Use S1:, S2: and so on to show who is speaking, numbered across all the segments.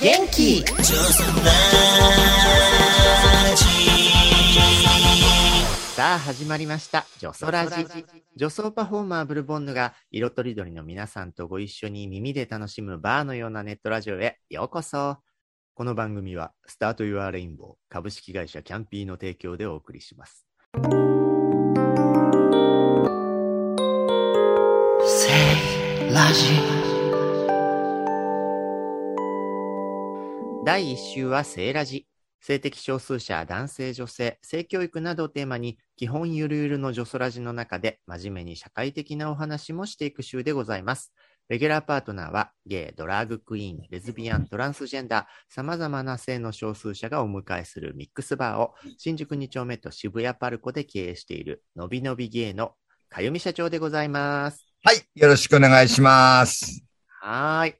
S1: 元気さあ始まりました「ジョソラジ」女装パフォーマーブルボンヌが色とりどりの皆さんとご一緒に耳で楽しむバーのようなネットラジオへようこそこの番組はスタート・ユア・レインボー株式会社キャンピーの提供でお送りします
S2: ラジ
S1: 第1週は性ラジ。性的少数者、男性、女性、性教育などをテーマに、基本ゆるゆるの女ソラジの中で、真面目に社会的なお話もしていく週でございます。レギュラーパートナーは、ゲイ、ドラッグクイーン、レズビアン、トランスジェンダー、様々な性の少数者がお迎えするミックスバーを、新宿2丁目と渋谷パルコで経営している、のびのびゲイのかゆみ社長でございます。
S3: はい、よろしくお願いします。
S1: はーい。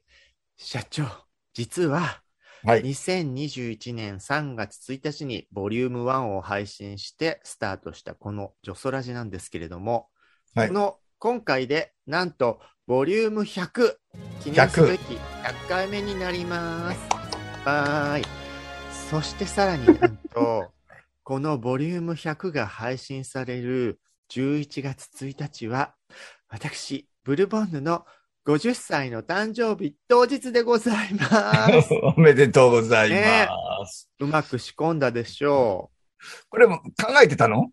S1: 社長、実は、
S3: はい。
S1: 2021年3月1日にボリューム1を配信してスタートしたこのジョソラジなんですけれども、
S3: はい
S1: この今回でなんとボリューム100記念すべき100回目になります。はーい。そしてさらになんと、このボリューム100が配信される11月1日は、私、ブルボンヌの50歳の誕生日当日でござい ます。
S3: おめでとうござい
S1: ね
S3: ます。
S1: うまく仕込んだでしょ
S3: これも考えてたの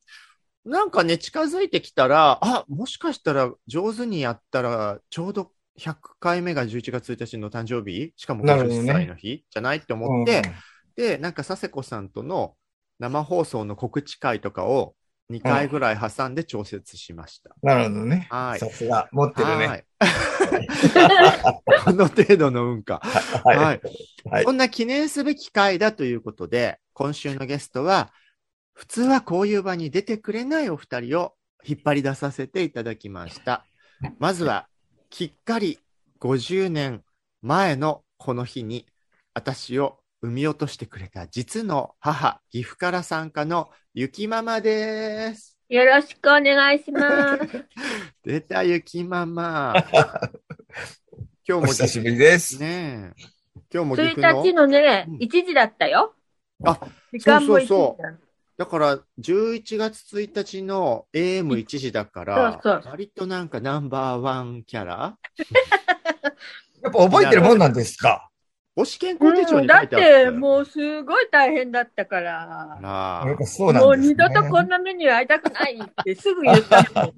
S1: う。なんかね、近づいてきたら、あ、もしかしたら上手にやったら、ちょうど100回目が11月1日の誕生日しかも
S3: なるほど
S1: 50
S3: ね
S1: 歳の日、じゃないって思って、で、なんか佐世子さんとの生放送の告知会とかを2回ぐらい挟んで調節しました。
S3: うんなるほどね。
S1: はい
S3: さすが、持ってる
S1: は
S3: ね。
S1: い。 あの程度の運か。
S3: はい。
S1: は
S3: はい い。
S1: そんな記念すべき回だということで、今週のゲストは、普通はこういう場に出てくれないお二人を引っ張り出させていただきました。まずは、きっかり50年前のこの日に、私を産み落としてくれた実の母、岐阜から参加のゆきママです。
S2: よろしくお願いします。
S1: 出たゆきママ。 今
S3: お
S1: 日も
S3: 久しぶりです。
S1: ねえ。今日も岐阜
S2: 1
S1: の
S2: 日のね
S1: うん、
S2: 1時だったよ。
S1: あ、
S2: 時間
S1: そう
S2: も
S1: そうそう
S2: 1時だ
S1: だから、11月1日の AM1 時だから、
S2: そうそ
S1: 割となんかナンバーワンキャラ
S3: やっぱ覚えてるもんなんですか
S1: 母子健康手帳
S2: うん
S1: に
S2: だ
S1: 書
S2: っ
S1: いてある
S2: て、もうすごい大変だったから。
S1: あ
S3: やっ
S1: ら
S3: ぱそうな
S2: も
S3: ん
S2: う
S3: です、ね。
S2: 二度とこんな目には会いたくないってすぐ言ったの。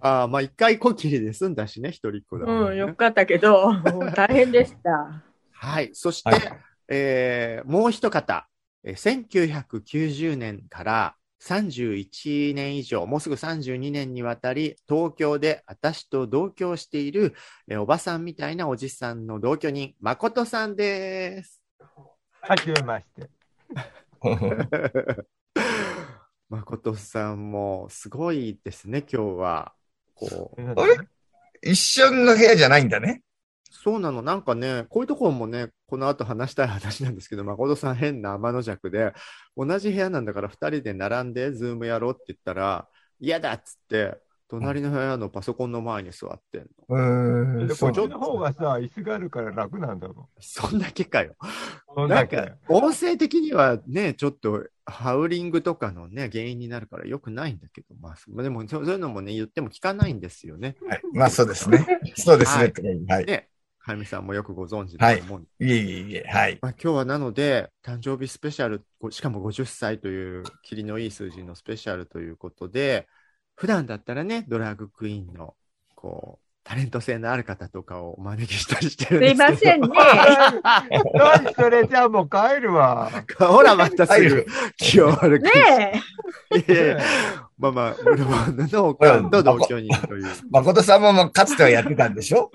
S1: あー、まあ一回こっきりで済んだしね、一人っ子だも
S2: うんん、
S1: ね、
S2: よかったけど、もう大変 でした。
S1: はい。そして、
S3: はい。
S1: えーもう一方、えー1990年から31年以上、もうすぐ32年にわたり、東京で私と同居している、えーおばさんみたいなおじさんの同居人、誠さんです。
S4: はじめまして。
S1: 誠さんもすごいですね、今日は。こう
S3: あれ 一緒の部屋じゃないんだね。
S1: そうなの、なんかね、こういうところもね、この後話したい話なんですけど、誠さん変な天の弱で、同じ部屋なんだから2人で並んで、ズームやろうって言ったら、嫌だっつって、隣の部屋のパソコンの前に座ってんの。
S3: うー
S4: で
S3: ん。
S4: こっ
S3: う
S4: ちの方がさ、椅子があるから楽なんだろ
S1: そんだけかよ。
S4: う。そん
S1: なん
S4: だ
S1: か
S4: け。、
S1: 音声的にはね、ちょっと、ハウリングとかのね、原因になるからよくないんだけど、まあ、そでも、そうそういうのもね、言っても聞かないんですよね。
S3: はいまあそうですね。そうですね。はい。
S1: ね、かゆみさんもよくご存知だと思うんで
S3: いえいえいえ。はい。
S1: まあ、今日はなので、誕生日スペシャル、こしかも50歳という、霧のいい数字のスペシャルということで、普段だったらね、ドラッグクイーンの、こう、タレント性のある方とかをお招きしたりしてるん
S2: す
S1: で
S2: い
S1: すけ
S2: ま
S1: ど。
S2: せんね。
S4: 何それじゃあもう帰るわ。
S1: せん。ほら、またすぐ気を悪く
S2: ね
S1: し
S2: え。
S1: て。いやいやまあまあ、ブルボンヌのおかんと同居人という。
S3: 誠さんももうかつてはやってたんでしょ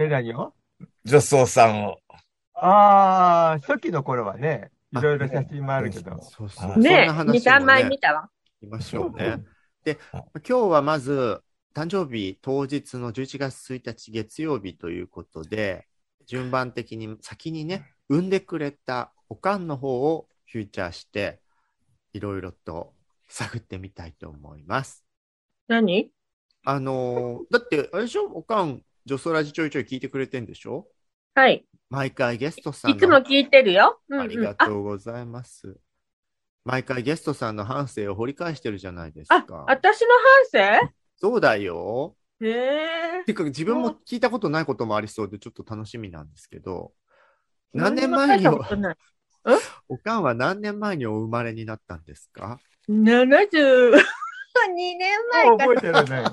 S4: え、何を
S3: 女装さんを。
S4: ああ、初期の頃はね、いろいろ写真もあるけど。
S1: そうそう。そん
S2: ねえ、
S1: な話も、
S2: 2、
S1: ね。
S2: 3枚見たわ。
S1: いましょうね。で、今日はまず、誕生日当日の11月1日月曜日ということで、順番的に先にね、産んでくれたおかんの方をフューチャーして、いろいろと探ってみたいと思います。
S2: 何
S1: あのーだって、あれでしょおかん、女装ラジちょいちょい聞いてくれてんでしょ
S2: はい。
S1: 毎回ゲストさん
S2: い
S1: の
S2: つも聞いてるよ。うんうん、
S1: ありがとうございます。毎回ゲストさんの反省を掘り返してるじゃないです
S2: あ
S1: か
S2: あ、。私の反
S1: そうだよ。
S2: 省へえ。
S1: てか自分も聞いたことないこともありそうでちょっと楽しみなんですけど、何年
S2: そんな
S1: 前
S2: 大し
S1: に
S2: た
S1: お
S2: ことない
S1: おかんは何年前にお生まれになったんですか
S2: ?72 年
S4: も
S2: 前
S4: う
S2: か
S4: 覚えてるね。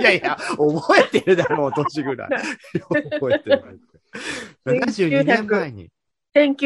S1: いやいや、覚えてるだろう、年ぐらい。覚えてる。72年前に、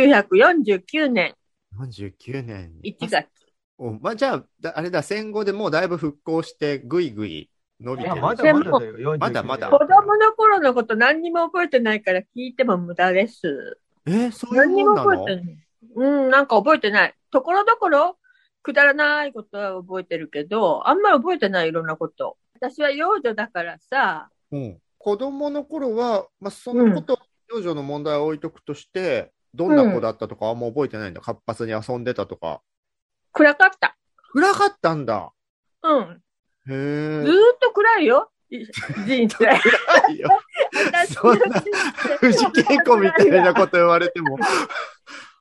S2: 1949年
S1: 49年に
S2: 1。月。
S1: おまあ、じゃあ、だあれだ、戦後でもうだいぶ復興して、ぐいぐい伸び
S4: い
S1: て
S4: や、
S1: る。
S4: まだまだだよ。
S1: まだまだ
S2: 子供の頃のこと何にも覚えてないから聞いても無駄です。
S1: えーそういう
S2: 何に
S1: もんな
S2: も覚
S1: の
S2: えてない。うん、なんか覚えてない。ところどころ、くだらないことは覚えてるけど、あんまり覚えてない、いろんなこと。私は幼女だからさ、
S1: うん、子供の頃は、まあ、そのこと、幼女の問題を置いとくとして、どんな子だったとかあんま覚えてないんだ。活発に遊んでたとか。
S2: 暗かった。
S1: 暗かったんだ。
S2: うん。
S1: へえ
S2: ずーっ。と暗いよ。い人生。
S1: 暗いよ
S2: 私
S1: そんな藤健子みたいなこと言われても。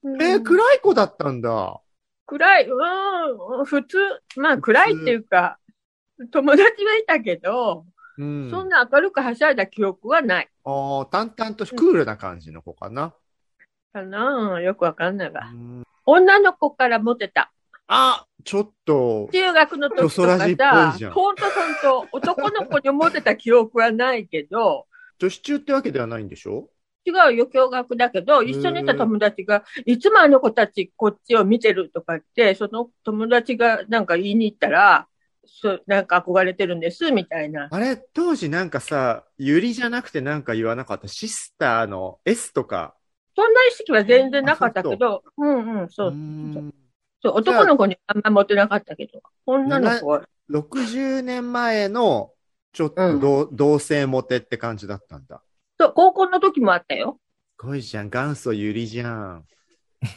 S1: えー、
S2: 暗いわ。
S1: 暗い子だったんだ。
S2: 暗い。うん。普通。まあ、暗いっていうか、友達はいたけど、
S1: うん。
S2: そんな明るくはしゃいだ記憶はない。
S1: ああ、淡々としクールな感じの子かな。
S2: かなよくわかんないが。
S1: うん
S2: 女の子からモテた。
S1: あ、ちょっと、
S2: 中学の時と
S1: よそらじっぽ
S2: か
S1: いじゃん
S2: さ、ほんとほんと、男の子にモテた記憶はないけど、
S1: 女子中ってわけではないんでしょ
S2: 違う余興学だけど、一緒にいた友達が、いつもあの子たちこっちを見てるとかって、その友達がなんか言いに行ったら、そうなんか憧れてるんです、みたいな。
S1: あれ、当時なんかさ、ゆりじゃなくてなんか言わなかった。シスターの S とか。
S2: そんな意識は全然なかったけど、うんうん、そう
S1: ーん
S2: そう、男の子にあんまモテなかったけど、女の子は、
S1: 60年前の、ちょっと同、同性モテって感じだったんだ。
S2: そう、高校の時もあったよ。
S1: すごいじゃん。元祖ゆりじゃん。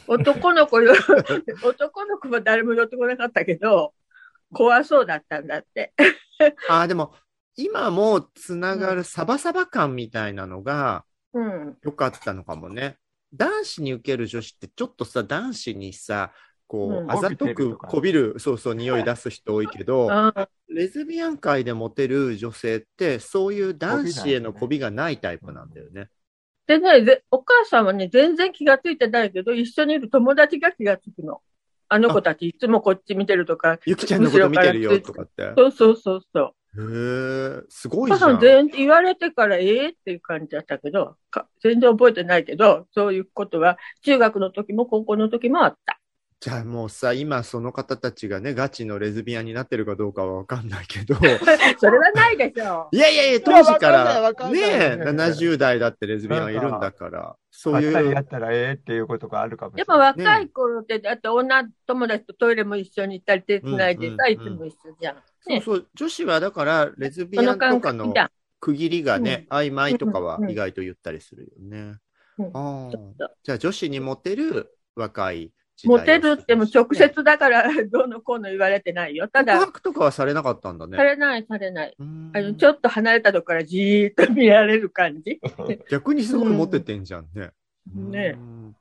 S2: 男の子よ、 男の子は誰も寄ってこなかったけど、怖そうだったんだって。
S1: ああ、でも、今もつながるサバサバ感みたいなのが
S2: うん。
S1: 良かったのかもね。男子に受ける女子ってちょっとさ、男子にさ、こ
S2: う
S1: う、
S2: ん
S1: あざとくこびる、そうそう、匂い出す人多いけど、
S2: あ
S1: レズビアン界でモテる女性って、そういう男子への媚びがないタイプなんだよね。
S2: でねぜお母さんはね、全然気がついてないけど、一緒にいる友達が気がつくの。あの子たちいつもこっち見てるとか。
S1: ゆきちゃんのこと見てるよとかって。へ
S2: そうそうそうそう。
S1: え、す
S2: お
S1: ごい
S2: 母
S1: じ
S2: さ
S1: ゃ
S2: ん
S1: ん。
S2: 全言われてから、ええっていう感じだったけどか、全然覚えてないけど、そういうことは中学の時も高校の時もあった。
S1: じゃあもうさ、今その方たちがね、ガチのレズビアンになってるかどうかはわかんないけど、
S2: それはないでしょ
S1: いやいやいや、当時か
S4: いや
S1: ら
S4: わ、かん
S1: ね
S4: ないわかんない
S1: え、70代だってレズビアンがいるんだから、そう
S4: ばった
S1: い
S4: りやっ
S1: う、
S4: たらええっていうことがあるかもし
S2: で
S4: れ
S2: も
S4: ない。
S2: 若い頃って、だって女友達とトイレも一緒に行ったり、手繋いでさ、
S1: うん
S2: いつも一緒じゃん。
S1: そうそう、女子はだから、レズビ
S2: そ
S1: ア
S2: の
S1: ンと
S2: 感
S1: か
S2: 覚
S1: の
S2: じゃん。
S1: 区切りがね、曖昧とかは
S2: うんうん
S1: 意外と言ったりするよね。
S2: うん
S1: あ
S2: ち
S1: あ
S2: ょっと
S1: じゃあ女子にモテる若い時代を
S2: モテるっても直
S1: ね
S2: 接だから、 どうのこうの言われてないよ。た
S1: 告
S2: だ、
S1: 白とかはされなかったんだ
S2: さ
S1: ね。
S2: れない、されない。
S1: う
S2: あの、
S1: ん
S2: ちょっと離れたとこからじーっと見られる感じ。
S1: 逆にすごいモテてんじゃんね。
S2: うんね
S1: うん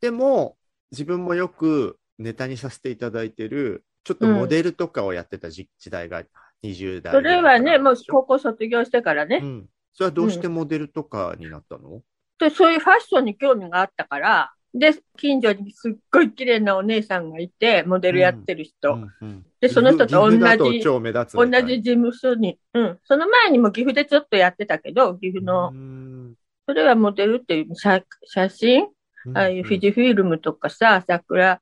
S1: でも、自分もよくネタにさせていただいてる、ちょっとモデルとかをやってた時時代が20代
S2: そ
S1: ぐら
S2: れ
S1: いから
S2: はね、もう高校卒業してから
S1: う
S2: ね。
S1: ん。それはどうしてモデルとかになったの
S2: で、そういうファッションに興味があったから、で、近所にすっごい綺麗なお姉さんがいて、モデルやってる人。
S1: うんうん
S2: でその人と同
S1: 岐
S2: じ
S1: 阜だと超目立つ
S2: 同
S1: みたいな
S2: じ事務所に。うん。その前にも岐阜でちょっとやってたけど、岐阜の、
S1: うん
S2: それはモデルっていう写写真ああいうフィジフィルムとかさ、桜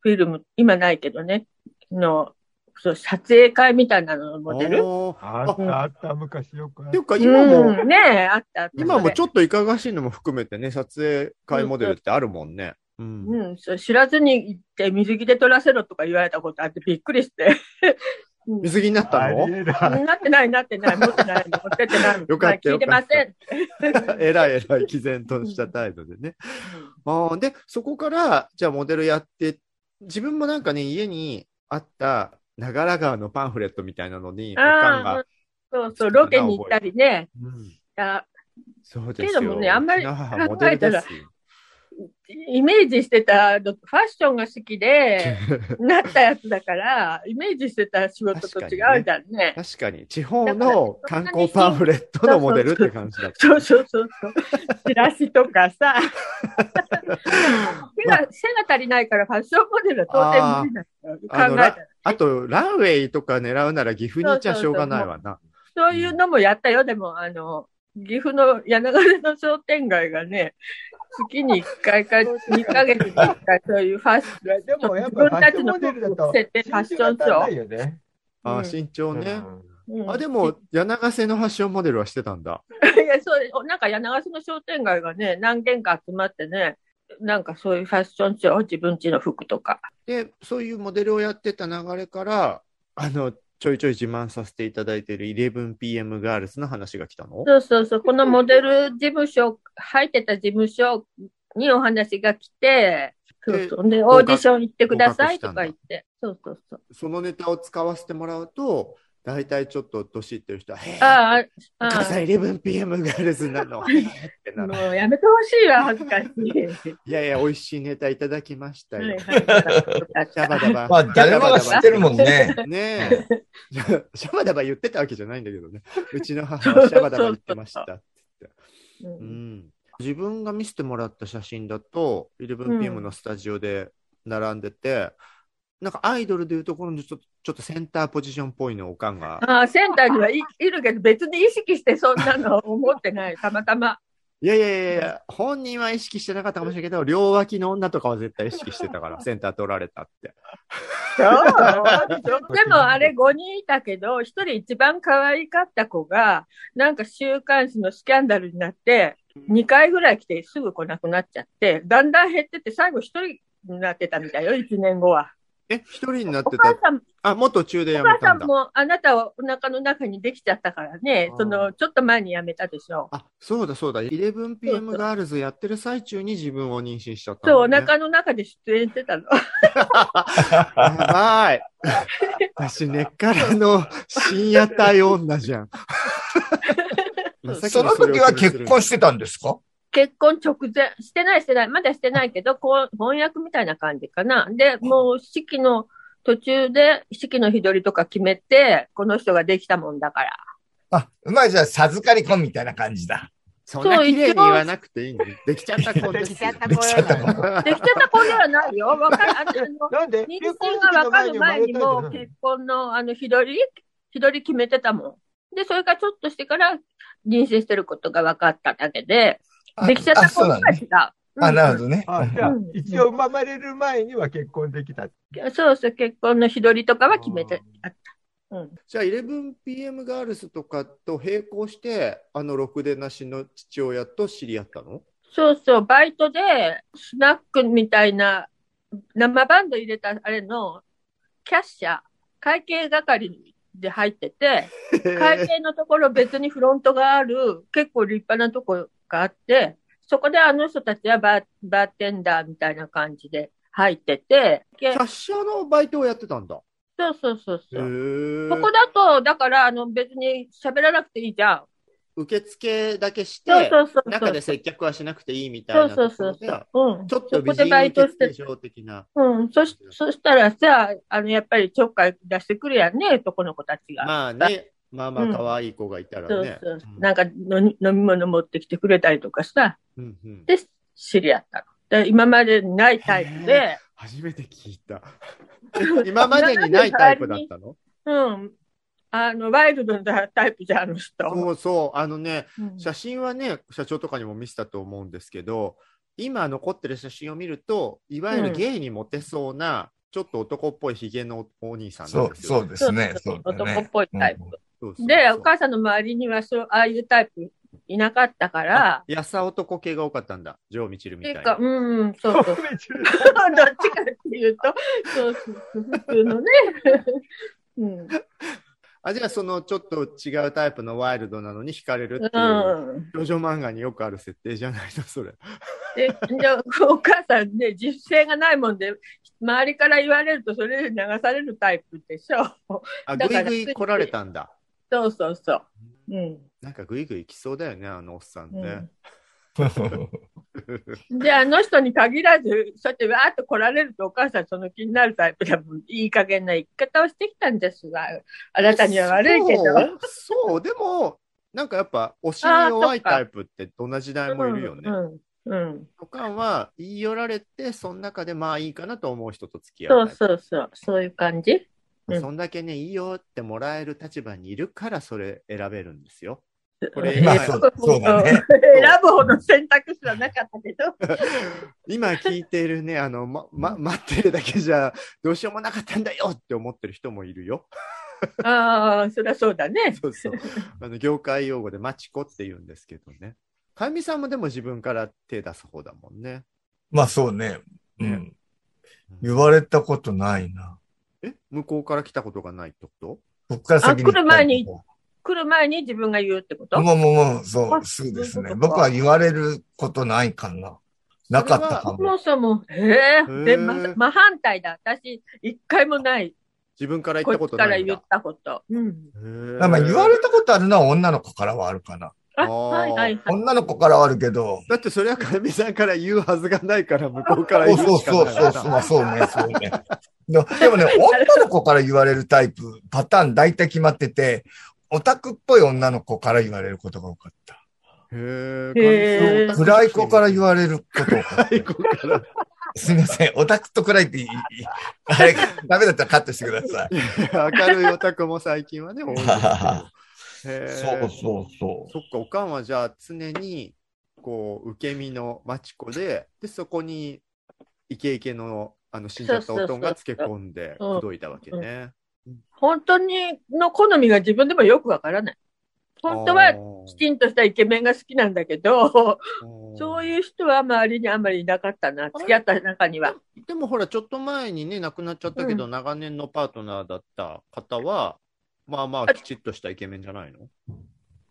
S2: フィルム、今ないけどね、の、そう、撮影会みたいなのをモデルっ
S1: あー
S4: あったあった、昔よくあって
S1: い
S4: た
S1: う。か、今も、
S2: うん、ねえ、あったあった。
S1: 今もち
S2: ょっ
S1: ょっといかがわしいのも含めてね、撮影会モデルってあるもんね。うん
S2: うん、そう知らずに行って水着で撮らせろとか言われたことあってびっくりして。うん
S1: 水着になった
S4: あり
S1: の
S4: えない。
S2: なってない、なってない、持ってない、持ってってない。
S1: よかった
S2: 聞いてません。
S1: えらいえらい、毅然とした態度でね。あーで、そこから、じゃあモデルやって、自分もなんかね、家にあった、長良川のパンフレットみたいなのに、おかん
S2: ああ
S1: が、、
S2: そうそう、ロケに行ったりね、
S1: うん
S2: あ
S1: そうですよ。
S2: けどもねあんまり
S1: うちの母モデルですよ
S2: イメージしてたのと、ファッションが好 きで、なったやつだから、イメージしてた仕事と違うじゃんね。
S1: 確かに、地方の観光パンフレットのモデルって感じだった。
S2: そうそうそうそう。チラシとかさ。 手が、背が足りないからファッションモデルは当然無理だ
S1: あ
S2: よ
S1: の
S2: 考え
S1: ラ
S2: たら。
S1: あと、ランウェイとか狙うなら岐阜に行っちゃしょうがないわな。
S2: そういうのもやったよ。でも、あの、岐阜の柳ヶ瀬の商店街がね、月に1回か2ヶ月に1回そういうファッシ
S4: いやで
S2: ョ
S4: も
S2: ン、
S4: やっ
S2: 自
S4: ぱ
S2: 分
S4: フ
S2: た
S4: ァッショ
S2: ち
S4: ン
S2: の
S4: モデルだと、
S2: 設定ファッションショ
S4: な
S2: ー
S4: いよね。
S1: あ
S2: うん
S1: ー身長ね。
S2: うん。
S1: あ、でも、柳ヶ瀬の発祥モデルはしてたんだ。
S2: いや、そう、なんか柳ヶ瀬の商店街がね、何軒か集まってね、なんかそういうファッションショー、自分ちの服とか。
S1: で、そういうモデルをやってた流れから、あの、ちょいちょい自慢させていただいている 11PM ガールズの話が来たの
S2: そうそうそう、このモデル事務所、入ってた事務所にお話が来て、そう
S1: で
S2: そう。で、オ
S1: 合格
S2: ーディション行ってくださいとか言って。そうそうそう。
S1: そのネタを使わせてもらうと、大体ちょっと年いってる人は、へぇ、
S2: ああ、
S1: 関
S2: あ
S1: 西 11PM ガールズな の、へぇってな
S2: あ、
S1: る。
S2: もうやめてほしいわ、恥ずかしい。
S1: いやいや、美味しいネタいただきました
S2: はいは
S1: よ
S2: い。はい
S1: シャバダバ。
S3: まあ、誰もが知ってるもんね。
S1: ねえ。じゃあ シャバダバ言ってたわけじゃないんだけどね。うちの母はシャバダバ言ってましたって言って。
S2: う
S1: うんん、自分が見せてもらった写真だと 11PM のスタジオで並んでて、なんかアイドルでいうところのちょっとちょっとセンターポジションっぽいのおかんが
S2: ああ、センターにはい、いるけど、別に意識してそんなの思ってない、たまたま。
S1: いやいやいやいや本人は意識してなかったかもしれないけど両脇の女とかは絶対意識してた からセンター取られたって
S2: でもあれ5人いたけど、1人一番可愛かった子が、なんか週刊誌のスキャンダルになって、2回ぐらい来てすぐ来なくなっちゃって、だんだん減ってって最後1人になってたみたいよ、1年後は。
S1: え一人になっ
S2: お
S1: てた
S2: 母さん、
S1: あもう途中で
S2: お
S1: やめ
S2: 母
S1: た
S2: さ
S1: ん
S2: ん
S1: だ
S2: もあなたをお腹の中にできちゃったからね
S1: あ、ー
S2: その、ちょっと前に辞めたでしょ。
S1: あそうだそうだ 11PM ガールズやってる最中に自分を妊娠しちゃったん
S2: そう、
S1: だ
S2: お
S1: ね、
S2: 腹の中で出演してたの。
S1: やばい。私、根っからの深夜帯女じゃ ん。まさか
S3: その時は結婚してたんですか
S2: 結婚直前、してないしてない、まだしてないけど、こう翻訳みたいな感じかな。で、もう式の途中で式の日取りとか決めて、この人ができたもんだから。
S3: あ、まあじゃあ、授かり婚みたいな感じだ。
S1: そんな綺麗に言わなくていいの。できちゃった子です。
S3: できちゃったかも。
S2: できてた子ではないよ。わかる、あの、あ
S4: なんで
S2: の妊娠がわかる前にもう結婚のあの日取り、日取り決めてたもん。で、それがちょっとしてから妊娠してることが分かっただけで、できちゃった
S3: あ
S2: 子
S3: そう
S2: が
S3: な
S2: 違
S3: ん
S2: う
S3: だ。あ、なるほどね。
S4: あじゃあ
S2: うん
S4: 一応生まれる前には結婚できた。
S2: うんそうそう、結婚の日取りとかは決めてあった。うん。
S1: じゃあ、11PM ガールズとかと並行して、あの、ろくでなしの父親と知り合ったの
S2: そうそう、バイトで、スナックみたいな、生バンド入れた、あれの、キャッシャー、会計係で入ってて、会計のところ別にフロントがある、結構立派なところがあって、そこであの人たちはバーバーテンダーみたいな感じで入ってて、け
S1: キャッシャーのバイトをやってたんだ。
S2: そうそうそう
S1: へ
S2: そう。
S1: ー
S2: ここだと、だから、あの、別に喋らなくていいじゃん。
S1: 受付だけして、
S2: そうそうそうそう。
S1: 中で接客はしなくていいみたい
S2: そ
S1: なと
S2: うそう
S1: こ
S2: そ
S1: ろ
S2: う
S1: で。
S2: そう。うん。
S1: ちょっ
S2: そ
S1: と
S2: こ
S1: 美
S2: でバイ
S1: 人
S2: トして
S1: 受付嬢的な。
S2: うん、そし、そしたらさ、あの、やっぱりちょっかい出してくるやんね、男の子た ちが。
S1: まあね、まあまあ可愛い子がいたら
S2: そう
S1: ね。
S2: そう。
S1: うん
S2: なんかの飲み物持ってきてくれたりとかさ、
S1: うんうん
S2: で、知り合ったの。で今までにないタイプで、
S1: 初めて聞いた。今までにないタイプだったの
S2: うん。あの、ワイルドなタイプじゃん、あの人。
S1: そうそう、あのね、
S2: うん
S1: 写真はね、社長とかにも見せたと思うんですけど、今残ってる写真を見ると、いわゆるゲイにモテそうな、ちょっと男っぽいひげのお兄さんな
S3: そ
S1: ん
S3: う、
S1: ですよ。
S3: そうですね。そうだ
S2: 男っ
S3: ね。
S2: ぽいタイプ。
S1: そうそう
S2: で、お母さんの周りには、そう、ああいうタイプいなかったから、
S1: やさ男系が多かったんだ、ジョー・ミチルみ
S2: て
S1: たいう
S2: い
S1: な
S2: か、。うん、そう そう。 どっちかっていうと、そうそう、普通のね。 うん。
S1: あじゃあ、そのちょっと違うタイプのワイルドなのに惹かれるっていう、
S2: うん。
S1: 少女漫画によくある設定じゃないの、それ。
S2: で、でお母さんね、実性がないもんで、周りから言われるとそれで流されるタイプでしょ。
S1: あ、
S2: だ
S1: ぐ
S2: か
S1: い
S2: ら
S1: ぐい来られたんだ。
S2: そうそうそう。うん。
S1: なんかぐいぐい来そうだよね、あのおっさんね。
S2: で、あの人に限らず、そうやってわーっと来られるとお母さんその気になるタイプだもん。いい加減な生き方をしてきたんですが、あなたには悪いけど。
S1: そうそう、でも、なんかやっぱ、推しに弱いタイプってどんな時代もいるよね。
S2: うんうんうん
S1: とかは、言い寄られて、その中でまあいいかなと思う人と付き合
S2: そ
S1: タ
S2: うう
S1: イプ。
S2: そうそう、そういう感じ。うん
S1: そんだけね、いいよってもらえる立場にいるから、それ選べるんですよ。 これ
S3: まあ
S1: 今
S3: そうそうだね。
S2: 選ぶほど選択肢はなかったけど、
S1: 今聞いてるね、あの、ま、ま、待ってるだけじゃ、どうしようもなかったんだよって思ってる人もいるよ。
S2: ああ、そりゃそうだね。
S1: そうそう。あの、業界用語でマチコって言うんですけどね。かゆみさんもでも自分から手出す方だもんね。
S3: まあそうね。うん。
S1: うん
S3: 言われたことないな。
S1: え向こうから来たことがないってこと
S3: こっから先
S2: あ来る前に
S3: も
S2: 来る前に自分が言うってこと
S3: うもうもう、そ
S2: あ
S3: う、そうです
S2: そうい
S3: ね。
S2: うことか
S3: 僕は言われることないかな。なかったか
S2: そ
S3: も。
S2: もそも、へえ、
S1: へえ
S2: で、ま、真反対だ。私、一回もない。
S1: 自分から言
S2: こ
S1: っこ
S2: ったち
S1: と
S2: か
S1: な
S2: ら
S1: いん
S2: 言っ
S1: だ。
S2: たこと。うん。
S1: へー
S3: まあ言われたことあるのは女の子からはあるかな。
S1: あー
S2: あ、はいはいはい。
S3: 女の子からはあるけど、
S1: だってそれはかゆみさんから言うはずがないから、向こうから
S3: そ
S1: 言
S3: う
S1: う
S3: そう
S1: しかな
S3: そ
S1: いう
S3: そう
S1: から
S3: そう、そうね、そうね。でもでもね、女の子から言われるタイプ、パターン大体決まってて、オタクっぽい女の子から言われることが多かった。
S1: へえ
S2: へー
S3: 暗い子から言
S1: れ
S3: われることが多かっ
S1: 暗い子から。
S3: た。すみません、オタクと暗いっていい、いいあれ、ダメだったらカットしてください。
S1: 明るいオタクも最近は ね、多いですけどへー
S3: そうそうそ
S1: そっか、おかんはじゃあ常に、こう、受け身の町子で、で、そこに、イケイケの、あの、死んじゃったおとんがつけ込んで、
S2: そうそうそう
S1: 口説いたわけね。
S2: 本当にの好みが自分でもよくわからない。本当はきちんとしたイケメンが好きなんだけど、そう
S1: う。
S2: いう人は周りにあんまりいなかったな。付き合った中には。
S1: でもほら、ちょっと前にね、亡くなっちゃったけど、長年のパートナーだった方は、まあまあ、きちっとしたイケメンじゃないの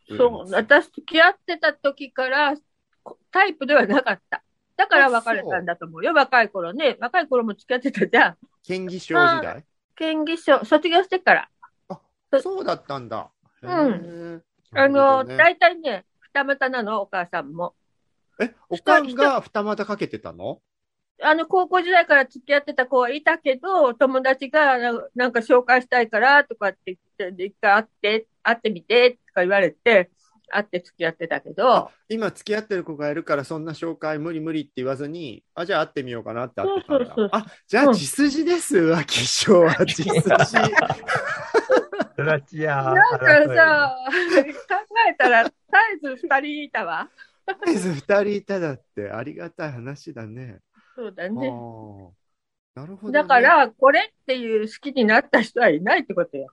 S2: そう。私付き合ってた時からこタイプではなかった。だから別れたんだと思うよ。若い頃ね。若い頃も付き合ってたじゃん。
S1: 県議賞時代
S2: 県議所、卒業してから。あ
S1: そうだったんだ。
S2: うん
S1: へー
S2: あ
S1: な
S2: の、
S1: る
S2: 大体ね、二股なの、お母さんも。
S1: ほどねえ、おかんが二股かけてたの
S2: あの、高校時代から付き合ってた子はいたけど、友達が、ななんか紹介したいから、とかって言って、で一回会って、会ってみて、とか言われて、会って付き合ってたけど、
S1: 今付き合ってる子がいるからそんな紹介無理無理って言わずにあじゃあ会ってみようかなって会ってたんだ
S2: そうそうそう
S1: あじゃ
S2: う
S1: あ
S2: ん
S1: 血筋です浮気性は血筋
S4: そらちや。
S2: なんかさ、 考えたら、絶えず二人いたわ。
S1: とりあえず2人いただってありがたい話だね
S2: そうだ
S1: あー
S2: ね。
S1: なるほど、ね、
S2: だから、これっていう好きになった人はいないってことよ。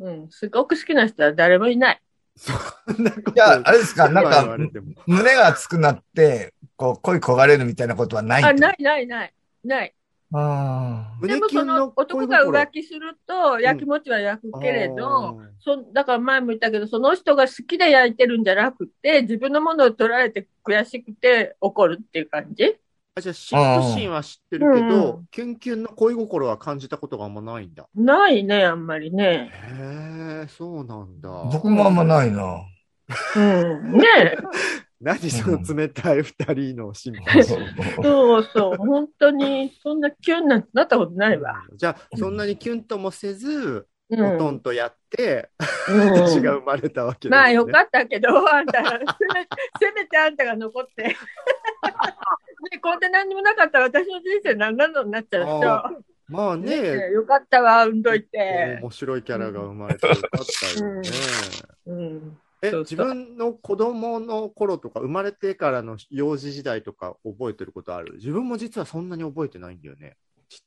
S2: うん、すごく好きな人は誰もいない。
S1: そ んなこと
S3: う。いや、あれですか、なん
S1: 今言わ
S3: か
S1: れ、ても
S3: 胸が熱くなって、こう、恋焦がれるみたいなことはない。
S2: あ、ないいないない。ない。
S3: あ
S1: 胸
S2: でも
S1: キュ
S2: そ
S1: ンの
S2: の男が浮気すると、やきもちは焼くけれど、
S1: あー
S2: そだから前も言ったけど、その人が好きで焼いてるんじゃなくて、自分のものを取られて悔しくて怒るっていう感じ
S1: あじゃあ嫉妬心は知ってるけど、
S2: うんう
S1: キュンキュンの恋心は感じたことがあんまないんだ
S2: ないね、あんまりね。
S1: へえそうなんだ
S3: あ。僕もあんまな いな。
S2: うん。ねえ。
S1: 何その冷たい二人の心
S3: そう
S1: 配
S3: そう
S2: そうそう。本当に、そんなキュンなんてなったことないわ。
S1: じゃあそんなにキュンともせず、
S2: う
S1: ほ
S2: ん。
S1: とんどやって、
S2: うん
S1: 血が生まれたわけです、ね。
S2: まあよかったけど、あんた、せ めせめてあんたが残って。 ね、こんで何にもなかったら私の人生何なのになっちゃうでしょ。
S1: あまあ
S2: ね
S1: ね、
S2: よかったわ、産んどいて。
S1: 面白いキャラが生まれてよかったよね。
S2: うん、
S1: え
S2: そうそう
S1: 自分の子供の頃とか、生まれてからの幼児時代とか覚えてることある自分も実はそんなに覚えてないんだよね。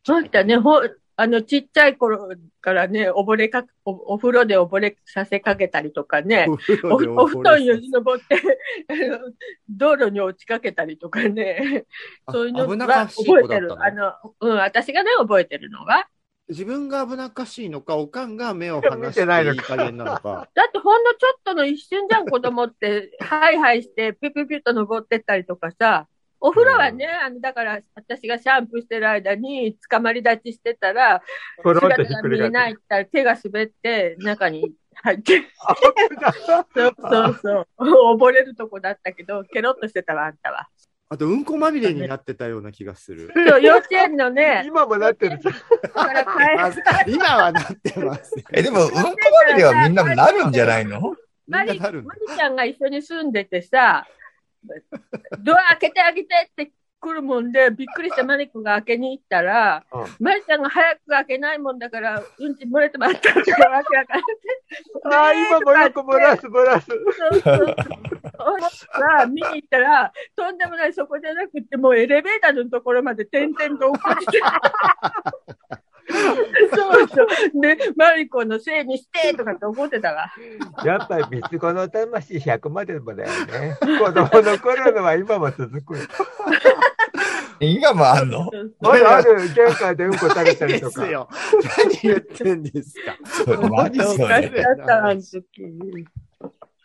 S2: そういったね、ほあの、ちっちゃい頃からね、溺れかけお、お風呂で溺れさせかけたりとかね、
S1: お風
S2: お
S1: 呂で
S2: お布団
S1: 溺
S2: よ
S1: れ
S2: じ登って、 あの道路に落ちかけたりとかね、
S1: あ
S2: そういうの
S1: 危なっ
S2: は
S1: かしい子だ
S2: 覚え
S1: った
S2: てる。
S1: の
S2: あの、うん、私がね、覚えてるのは。
S1: 自分が危なっかしいのか、おかんが目を離していい加減なのか。
S2: だってほんのちょっとの一瞬じゃん、子供 って、はいはいして、ピュピュピュッと登ってったりとかさ、お風呂はね、あの、だから、私がシャンプーしてる間に、捕まり立ちしてたら、
S4: ころっ
S2: 姿
S4: とひっ
S2: が
S4: くり
S2: 見えな
S4: 返
S2: いって言
S4: っ
S2: ったら手が滑って中に入って、 そうそうそう。 溺れるとこだったけど、ケロッとしてたわ、あんた は。
S1: あと、うんこまみれになってたような気がす る。
S2: そう、幼稚園のね、
S4: 今もなってるじゃん。
S2: だから
S1: あ
S2: 帰
S1: 今はなってます。
S3: え、でも、うんこまみれはみんなもなるんじゃないの
S1: み
S2: マ
S1: んな
S2: リ、
S1: な
S2: マ
S1: るん
S2: リ
S1: だ。
S2: ちゃんが一緒に住んでてさ、ドア開けてあげてって来るもんで、びっくりしてマリ君が開けに行ったら、
S4: うん
S2: マリちゃんが早く開けないもんだから、うんち漏れてまったってわけわかん
S4: ああ、今もよく漏らす、漏らす。
S2: そうそうさあ、見に行ったら、とんでもないそこじゃなくて、もうエレベーターのところまで点々と落っこ ちて。そうそう。で、マリコのせいにしてとかって怒ってたわ。
S4: やっぱり三つ子の魂100までもだよ ね。子供の頃のは今も続く。
S3: 今もあんの
S4: あるある、玄関でうんこ垂れた
S1: で
S4: りと
S1: す
S4: か。
S1: よ。何言ってんです か。
S3: それマジそ
S2: だっ
S3: れ。
S2: た、あの時。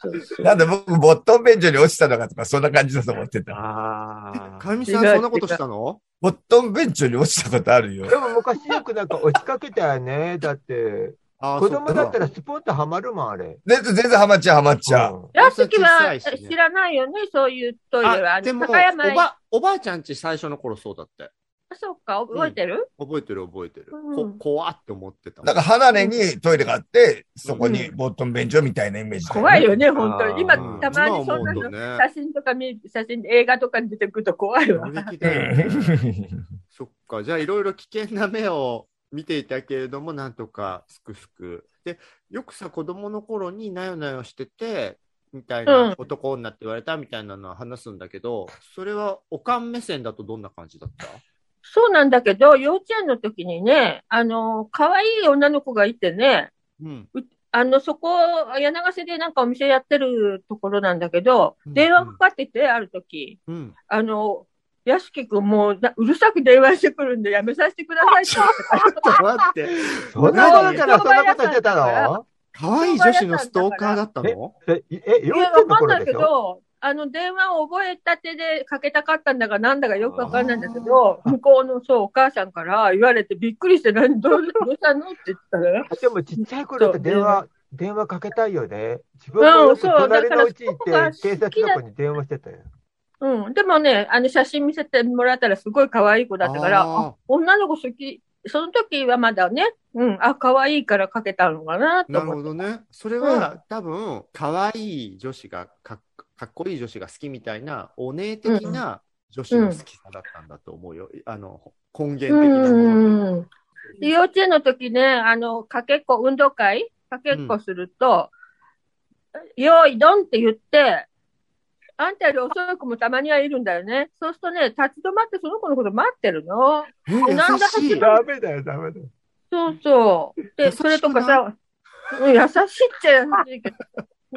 S2: そうそう
S3: なんで僕、ボットンベンチに落ちたのかとか、そんな感じだと思ってた。
S4: あ
S1: か
S4: あ。
S1: みさん、そんなことしたの
S3: ボットンベンチに落ちたことあるよ。
S4: でも昔よくなんか落ちかけたよね。だって、
S1: あー
S4: 子供だった
S1: そっから
S4: スポンとはまるもん、あれ。
S3: で全然ハマっちゃう、ハマっちゃう。
S4: うん
S2: やすき
S1: 小さ
S2: はい
S1: しね
S2: 知らないよね、そういうトイレは。
S1: あ、でも、お
S2: 高山へ
S1: ば、おばあちゃんち最初の頃そうだって。
S2: そうか、覚えてる、
S1: 覚えてる覚えてる。
S2: う
S1: こ
S2: ん、
S1: 怖って思ってたもん。
S3: なんか離れにトイレがあって、そこにボットン便所みたいなイメージだね、
S2: 怖いよね、本当に。今、
S1: うん
S2: たまにそん
S1: 今
S2: な
S1: 思
S2: の
S1: うとね
S2: 写真とか見、写真、映画とかに出てくると怖いわ
S1: 衝。撃
S3: う
S1: だよね
S3: ん。
S1: そっか、じゃあいろいろ危険な目を見ていたけれども、なんとかすくすく。で、よくさ、子供の頃になよなよしてて、みたいな、
S2: うん
S1: 男女って言われたみたいなのは話すんだけど、それはおかん目線だとどんな感じだった
S2: そうなんだけど、幼稚園の時にね、あの、可愛い女の子がいてね、
S1: うん。
S2: あの、そこ、柳瀬でなんかお店やってるところなんだけど、
S1: うん
S2: 電話かかってて、ある時、
S1: うん。
S2: あの、屋敷くんもうなうるさく電話してくるんでやめさせてくださいって言って
S1: ちょっと待 って、
S4: そんなことからそんなことしてたの
S1: 可愛い女子のストーカーだったの
S4: え、え幼
S2: いや、
S4: 稚
S2: わ
S4: 園の
S2: かん
S4: 頃
S2: ない
S4: で
S2: け
S4: しょ
S2: ど、あの、電話を覚えたてでかけたかったんだかなんだかよくわかんないんだけど、向こうのそう、お母さんから言われてびっくりして、何、どう、どうしたのって言ったら、
S4: でもちっちゃい頃って電話、電話かけたいよね。自分
S2: う
S4: も
S2: ん
S4: よく隣のうち行
S2: そうだから
S4: って警察の子に電話してたよ。
S2: うん。でもね、あの、写真見せてもらったらすごい可愛い子だったから、
S1: あー
S2: あ女の子好き、その時はまだね、うん、あ、可愛いからかけたのかなと
S1: なるほ
S2: 思って。
S1: どね。それは、多分、可愛い女子がかっ、かっこいい女子が好きみたいな、お姉的な女子の好きさだったんだと思うよ。あの、根源的
S2: う
S1: なもの。
S2: ん。で幼稚園の時ね、あの、かけっこ、運動会かけっこすると、用意ドンって言って、あんたより遅い子もたまにはいるんだよね。そうするとね、立ち止まってその子のこと待ってるの。
S1: えー
S2: なんで
S1: 優しい。
S4: ダメだよ、ダメだよ。
S2: そうそう。
S1: 優
S2: で、
S1: し
S2: それとかさ、うん優しいっちゃ優しいけど。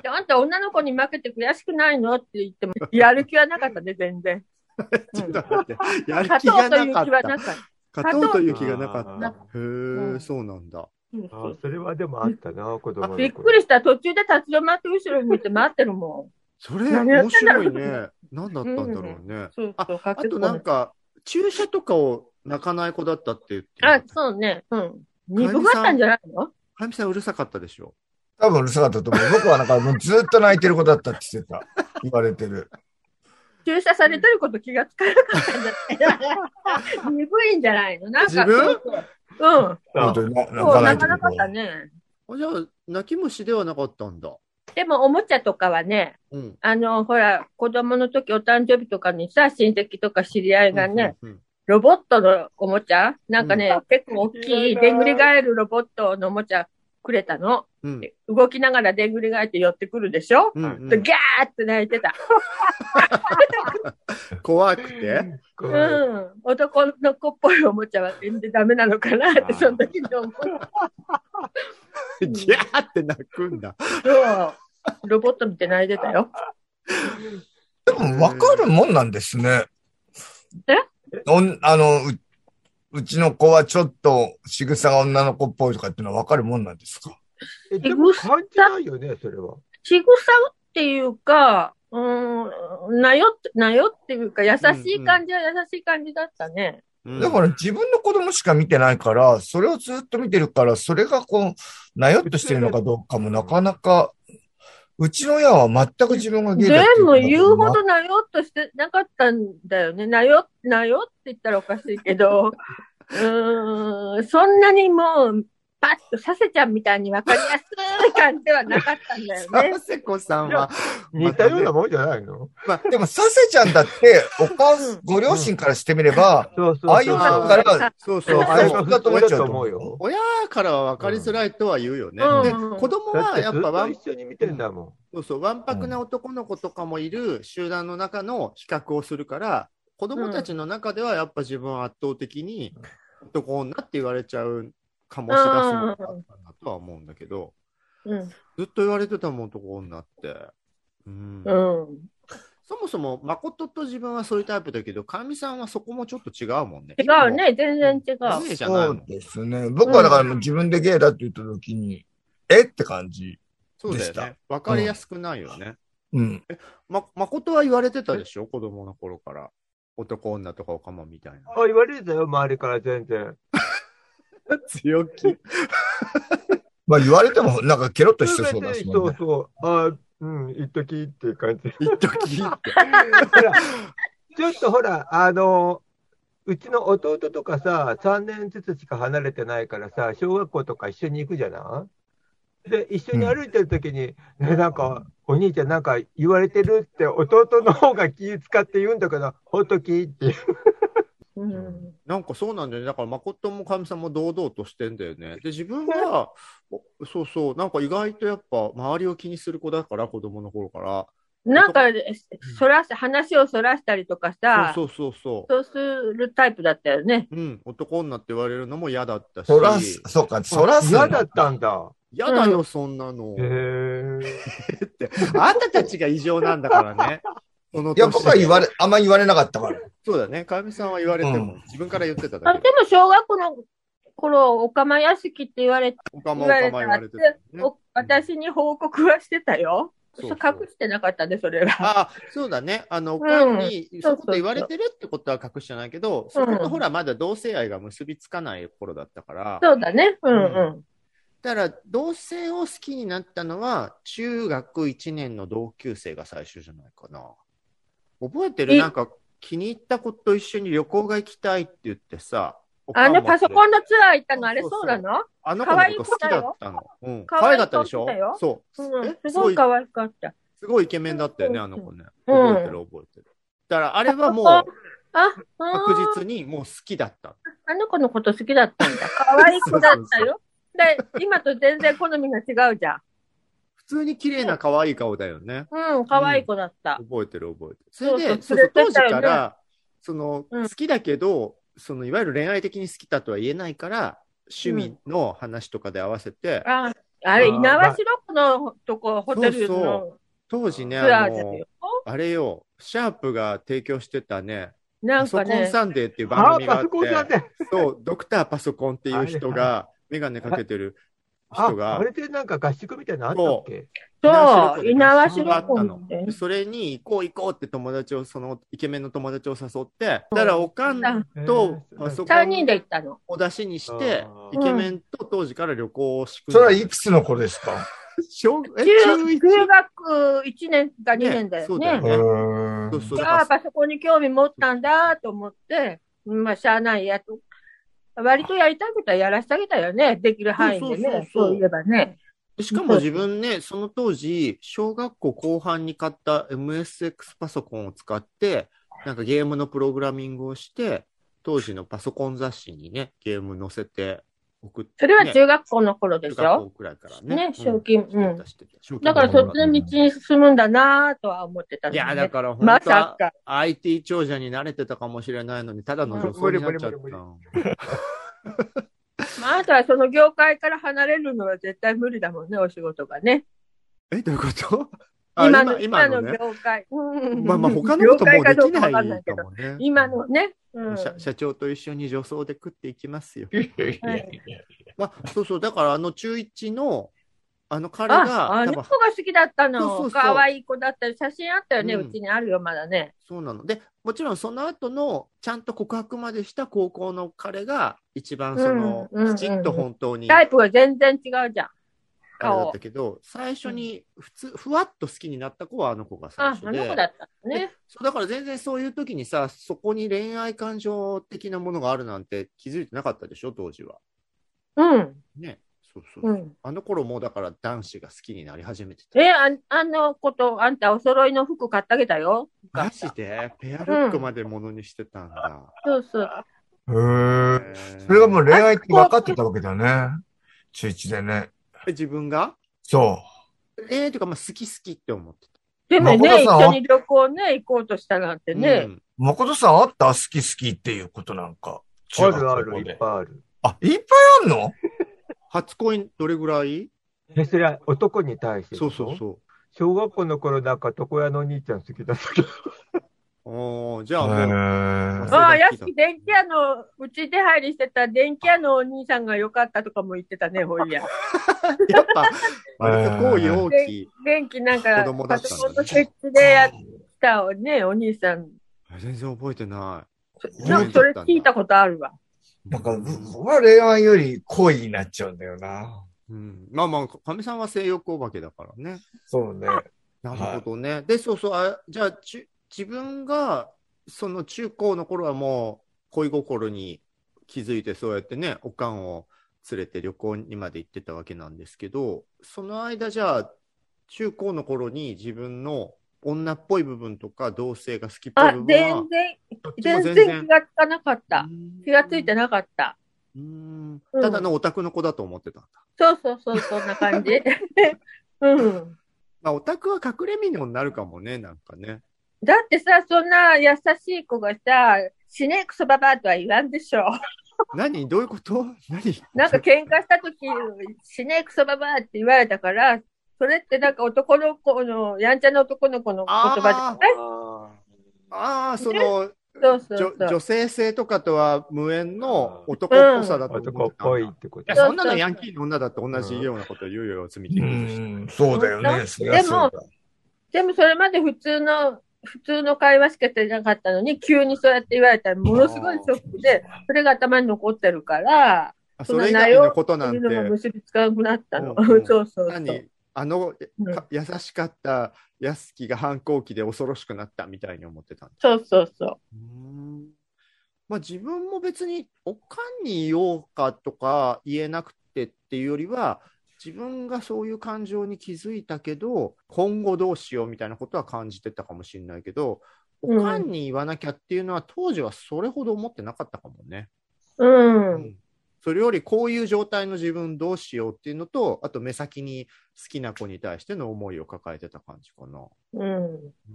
S2: であんた女の子に負けて悔しくないのって言っても、やる気はなかったね、全 然。
S1: ちょっと待って、やる
S2: 勝
S1: 気が
S2: とうとい
S1: なか
S2: う気は
S1: った。
S2: なかった。
S1: 勝とうという気がなかっ
S4: あ
S1: た。へ
S2: う
S1: え、
S2: ん
S1: そうなんだ。
S2: うん
S4: ーあーそれはでもあったな、子供の頃。
S2: びっくりした。途中で立ち止まって後ろ見て待ってるも
S1: それ、
S2: 何や
S1: 面
S2: ってん
S1: 白
S2: だろう
S1: いね。何だったんだろうね
S2: ん。。そうそう、
S1: あとなんか、注射とかを泣かない子だったって言って
S2: あ
S1: た、。
S2: そうね。うん。鈍かったんじゃないの
S1: はみさんうるさかったでしょ。
S3: 多分うるさかったと思う。僕はなんかもうずっと泣いてる子だったって言ってた。言われて る。
S2: 注射されてること気がつかなかったんじゃない 鈍いんじゃないのなんか。
S1: 自分
S2: そうそううん。
S3: 本
S4: あ
S3: 当にな
S2: そう、
S3: 泣
S2: 泣
S3: かな
S2: かない
S3: と
S2: かったね。
S1: あじゃあ、泣き虫ではなかったんだ。
S2: でも、おもちゃとかはね、
S1: うん。
S2: あの、ほら、子供の時お誕生日とかにさ、親戚とか知り合いがね、
S1: うん。うん
S2: ロボットのおもちゃなんかね、結構大き
S4: いい
S2: い、
S4: な
S2: でんぐり返るロボットのおもちゃくれたの。
S1: うん。
S2: 動きながらでんぐり返って寄ってくるでしょ、
S1: うん
S4: うん
S1: う
S2: で
S1: ん
S2: ギャーって泣いてた。
S1: 怖くて
S4: こ
S2: う。
S4: うん
S2: 男の子っぽいおもちゃは全然ダメなのかなっ
S4: あー
S2: て、その時に思う。うん
S1: ギャーって泣くんだ。
S2: そうロボット見て泣いてたよ。
S3: でも分かるもんなんですね。
S2: え
S3: おんあのう、うちの子はちょっと仕草が女の子っぽいとかっていうのは分かるもんなんですか
S4: えでも感じないよね、それは。
S2: 仕草っていうか、うーん、なよって、なよっていうか、優しい感じは優しい感じだったね。
S1: うん
S3: だから自分の子供しか見てないから、それをずっと見てるから、それがこう、なよっとしてるのかどうかもなかなか、うちの親は全く自分がゲイだ
S2: 全
S3: っていう
S2: 部言うほ
S3: こと
S2: どなよっとしてなかったんだよね。なよ、なよって言ったらおかしいけど、うーん、そんなにもう、パッとさせちゃんみたいにわかりやすい感じはなかったんだよね。
S1: 佐世子さんは、
S4: 似たようなもんじゃないの
S3: なでも、サセちゃんだって、お母
S2: うん、
S3: ご両親からしてみれば、
S4: そうそうそう。
S3: ああいう人から、
S1: そう
S4: そう、
S1: そう
S4: あれ
S1: そ
S4: が
S1: う。
S4: 普通だと思うよ。
S1: 親からは分かりづらいとは言うよね。
S2: うん
S1: で
S2: うん
S1: 子供
S4: だっ
S1: は
S4: て
S1: や
S4: ず
S1: っ
S4: っ
S1: ぱわ
S4: と
S1: ん
S4: 一緒に見てんだも
S1: そうそう、わんぱくな男の子とかもいる集団の中の比較をするから、子供たちの中ではやっぱ自分は圧倒的に男女って言われちゃうかもしれないだったんだとは思うんだけど、
S2: うん。
S1: ずっと言われてたもん、男女って。うん
S2: うん。
S1: そもそも、誠と自分はそういうタイプだけど、かみさんはそこもちょっと違うもんね。
S2: 違うね。全然違う。
S1: ゲイじゃない
S3: そ
S1: もん
S3: うですね。僕はだからもう自分でゲイだって言った時に、えって感じ。
S1: そうだよ
S3: でし
S1: ね。わかりやすくないよね。
S3: うん。
S1: ま、誠は言われてたでしょ子供の頃から。男女とかおかまみたいな。
S4: ん。あ、言われてたよ、周りから全然。
S1: 強気。
S3: まあ言われても、なんかケロッとし
S4: す
S3: て
S4: べ
S3: そうだ
S4: て
S3: し、ね。
S4: そうそう。あうん、一時っていう感じ。
S1: 一時って。
S4: ほら、ちょっとほら、あの、うちの弟とかさ、3年ずつしか離れてないからさ、小学校とか一緒に行くじゃないで、一緒に歩いてるときに、ね、なんか、お兄ちゃんなんか言われてるって、弟の方が気使って言うんだけど、ほっときっていう。
S2: うん。
S1: なんかそうなんだよね。だから、誠もかみさんも堂々としてんだよね。で、自分 は、おそうそう、なんか意外とやっぱ、周りを気にする子だから、子供の頃から。
S2: なんか、そらし、話をそらしたりとかさ、
S1: そうそうそうそ
S2: そうするタイプだったよね。
S1: う。うん、男女って言われるのも嫌だったし。
S3: そらす、そうか、そらす。
S4: 嫌だったんだ。
S1: 嫌だよ、そんなの。
S4: へえ。
S1: って。あんたたちが異常なんだから ね。その
S3: いや、僕は言われ、あんま言われなかったから。
S1: そうだね。かみさんは言われても、
S3: うん
S1: 自分から言ってただ
S2: あで
S1: け
S2: も
S1: で。
S2: 小学校の頃、お釜屋敷って言われて、
S1: おかま
S2: 言
S1: おか
S2: われ
S1: ま
S2: た
S1: 言
S2: ら
S1: わ
S2: っ
S1: れ
S2: て
S1: てた、ね。
S2: お私に報告はしてたよ。
S1: そう
S2: そ
S1: そう
S2: 隠してなかったね、それは。
S1: ああ、そうだね。あの、お
S2: ん
S1: かんに、
S2: そうそうそう
S1: そういうこと言われてるってことは隠してないけど、そことほら、まだ同性愛が結びつかない頃だったから、
S2: そうだね。うんう。
S1: うんだから、同性を好きになったのは、中学1年の同級生が最初じゃないかな。覚えてる
S2: え
S1: なんか、気に入った子と一緒に旅行が行きたいって言ってさ、おか
S2: あ
S1: んも
S2: のパソコンのツアー行ったの、あれ
S1: そう
S2: そ
S1: そう
S2: うなの
S1: あの子のこと好きだったの。うん。可
S2: 可
S1: 愛
S2: 愛い子
S1: かったでしょ
S2: 来てたよ
S1: そう。
S2: うん
S1: え、
S2: す
S1: す
S2: ご
S1: ご
S2: い
S1: い、
S2: 可愛かった。
S1: すごいイケメンだったよね、あの子ね。
S2: うん
S1: 覚えてる覚えてる。だから、あれはもう、
S2: あ、
S1: 確
S2: うん
S1: 実にもう好きだった。
S2: あの子のこと好きだったんだ。可愛い子だったよ。で、今と全然好みが違うじゃん。
S1: 普通に綺麗な可愛い顔だよね。
S2: うん、可愛い子だった。
S1: 覚えてる覚えてる。そ
S2: そうそう
S1: れで、そう
S2: 連れ
S1: そう
S2: て
S1: 当
S2: っ
S1: 時
S2: たよね
S1: から、その、
S2: うん
S1: 好きだけど、その、いわゆる恋愛的に好きだとは言えないから、趣味の話とかで合わせて、
S2: ああれ、
S4: あー
S2: 猪苗代湖のとこ、ホテルの
S1: 当時ね、
S2: ツア
S1: あ
S2: ーだ
S1: の
S2: よ、。
S1: あれよ、シャープが提供してたね、
S2: な
S1: パ
S2: ん
S1: ソ
S2: か
S1: コン
S2: ね、
S1: サンデーっていう番
S4: あ、
S1: 組があ
S4: パ
S1: って
S4: ソ、コンさんで。
S1: そう、ドクターパソコンっていう人
S4: は
S1: が、メガネかけてる
S4: あ
S1: 人、が
S4: あれ、でなんか合宿みたいなのあったっけ
S2: そう、
S1: 猪
S2: 猪
S1: 苗
S2: 苗
S1: 代
S2: 代
S1: 湖
S2: 湖
S1: で
S2: っ
S1: ね
S2: て
S1: で。それに行こう行こうって友達を、そのイケメンの友達を誘って、だからおかんとパソコ
S2: 3人
S1: ン
S2: で行ったの。
S1: を出しにして
S4: あ、ー
S1: イケメンと当時から旅行を仕組
S3: そ
S1: ん
S3: れ
S1: だ
S3: はいくつの子ですか
S1: 小え
S2: 中
S1: 中一
S2: 中学1年か2年だ
S1: ねそ
S2: よ
S1: うだよ
S2: ね
S1: ね。
S3: う
S1: そうそう
S2: ああ、パソコンに興味持ったんだと思って、まあ、しゃあないやと。割とやりたいことはやらせてあげたよね。できる範囲で
S1: そうそうそう
S2: ね。
S1: そう
S2: そういえばね。
S1: しかも自分ね、その当時、小学校後半に買った MSX パソコンを使って、なんかゲームのプログラミングをして、当時のパソコン雑誌にね、ゲーム載せて送って、
S2: それは
S1: ね
S2: 中学校の頃でし
S1: 中学校
S2: ょ。
S1: くらいからね。
S2: ね、賞金。
S1: う
S2: うんん。
S1: してたしてた
S2: だからそっちの道に進むんだなとは思ってたの
S1: い
S2: ね
S1: や、だから本
S2: ま
S1: 当は
S2: さか。
S1: IT 長者に慣れてたかもしれないのに、ただの女装になっちゃった
S4: 無理無理
S1: の。
S2: まあ、あなたはその業界から離れるのは絶対無理だもんね、お仕事がね。
S1: え、どういうことあ
S2: 今の、
S1: 今
S2: 今
S1: の
S2: の
S1: ね。
S2: 業界。うん
S1: まあまあ、 他のこともうでき
S2: 業界か
S1: な
S2: どう
S1: い
S2: かわかんないけ
S1: か
S2: ど。
S1: もね。
S2: 今のね。うん。
S1: 社社長と一緒に女装で食っていきますよ。
S2: はい
S1: まあ、そうそう、だからあの中一の、あの彼
S2: あ、
S1: が、多
S2: あの子
S1: 分
S2: が好きだった
S1: そうそうそ
S2: の。
S1: う
S2: 可愛い子だったり、写真あったよね、
S1: うん
S2: うちにあるよ、まだね。
S1: そうなの。で、もちろんその後のちゃんと告白までした高校の彼が一番その
S2: うんうんうんうん
S1: きちっと本当にあ
S2: タ
S1: れ
S2: イプが全然違うじゃん。
S1: だったけど最初に普通ふわっと好きになった子はあの子が最
S2: あ、
S1: 初
S2: あ
S1: で
S2: の子だったんだね。
S1: そうだから全然そういう時にさそこに恋愛感情的なものがあるなんて気づいてなかったでしょ当時は。
S2: うん。
S1: ねそうそう、
S2: うん。
S1: あの頃もうだから男子が好きになり始めてた。
S2: え、ああの子とあんたお揃いの服買ってあげたよ。
S1: マジでペアルックまでものにしてたんだ。
S2: そうそう。
S3: へえ。
S1: へー
S3: それはもう恋愛って分かってたわけだね。中1でね。
S1: 自分が
S3: そ
S1: 恋愛というかまあ好き好きって思って
S2: でも
S3: 誠
S2: ね、一
S3: さん
S2: 緒に旅行ね、行こうとしたなんて
S1: た。
S2: ね
S1: う。ん
S3: う。誠さんあった好き好きっていうことなんか。
S4: あ
S3: 中学
S4: るあ
S3: 校
S4: る、い
S3: で
S4: っぱいある。
S3: あ、いっぱいあんの
S1: 初恋どれぐらい
S4: で、それは男に対して。
S1: そうそうそう。
S4: 小学校の頃なんか床屋のお兄ちゃん好きだったけど。
S1: おーじゃあもう、
S3: へ
S1: あ
S3: え。
S2: ああ、
S1: そうだ
S2: 屋敷電気屋の、うち出入りしてた電気屋のお兄さんが良かったとかも言ってたね、ほい や。
S1: やっ ぱ、割と好意大きい。
S2: 電気なん
S1: 子
S2: か
S1: 供、だ
S2: パ
S1: ったんだね
S2: ソコンの設置でやったね、お兄さん。
S1: 全然覚えてな
S2: なんかそれ聞いたことあるわ。
S1: い。
S3: なんか、僕は恋愛より恋になっちゃうんだよな。
S1: うん、まあまあ、かみさんは性欲お化けだからね。
S3: そうね。
S1: なるほどね。で、そうそう、あじゃあち、自分が、その中高の頃はもう、恋心に気づいて、そうやってね、おかんを連れて旅行にまで行ってたわけなんですけど、その間、じゃあ、中高の頃に自分の女っぽい部分とか、同性が好きっぽい
S2: あ、
S1: 部
S2: 全
S1: 分は、
S2: 然、
S1: どっちも
S2: 全然気がつかなかった。気がついて
S1: な
S2: なかった。うん
S1: ただのオタクの子だと思ってたんだ。
S2: そうそうそう、そんな感じ。 うん。
S1: まあ、オタクは隠れミニョンになるかもね、なんかね。
S2: だってさ、そんな優しい子がさ、死ねクソババアとは言わん でしょ。
S1: 何どういうこと何
S2: なんか喧嘩した時、死ねクソババアって言われたから、それってなんか男の子の、やんちゃな男の子の言葉じゃない
S1: ああ、その、
S2: そうそ
S1: 女
S2: うそう。
S1: 女性性とかとは無縁の男っぽさだと思ってたんだ
S4: 男っぽいってこと
S1: いや、。そんなのヤンキーの女だって同じようなこと言うよ、罪的
S3: う
S1: に。
S3: ん、そうだよね。そりゃそうだ。
S2: でもそれまで普通の、普通の会話しかしてなかったのに、急にそうやって言われたら、ものすごいショックで、それが頭に残ってるから、
S1: あそれ以外のことな
S2: そ
S1: ん
S2: うい
S1: て
S2: う、のが結びつかなくなったの。
S1: うんうん
S2: そうそうそう。
S1: 何あの、
S2: うん
S1: か優しかったやすきが反抗期で恐ろしくなったみたいに思ってたんだ。
S2: そうそうそう。
S1: まあ自分も別におかんに言おうかとか言えなくてっていうよりは自分がそういう感情に気づいたけど今後どうしようみたいなことは感じてたかもしれないけどお
S2: うん
S1: かんに言わなきゃっていうのは当時はそれほど思ってなかったかもね。
S2: うん。
S1: それよりこういう状態の自分どうしようっていうのとあと目先に好きな子に対しての思いを抱えてた感じかな。
S2: う
S1: う
S2: ん。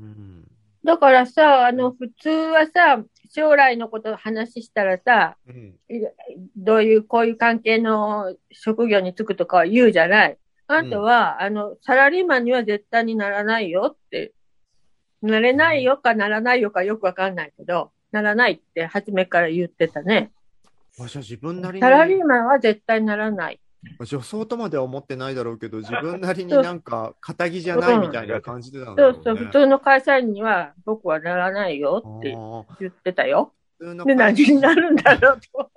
S1: ん、
S2: だからさ、あの、普通はさ、将来のこと話したらさ、
S1: うん
S2: どういう、こういう関係の職業に就くとかは言うじゃない。あんたは、あの、サラリーマンには絶対にならないよって、なれないよかならないよかよくわかんないけど、ならないって初めから言ってたね。
S1: あじゃあ自分なりに
S2: サラリーマンは絶対ならない。
S1: 女装とまでは思ってないだろう けど、自分なりになんか、肩着じゃないみたいな感じでたんだろう
S2: そう
S1: ね。
S2: そう、普通の会社員には僕はならないよって
S1: ああ
S2: 言ってたよ。
S1: 普通の
S2: で、何になるんだろうと。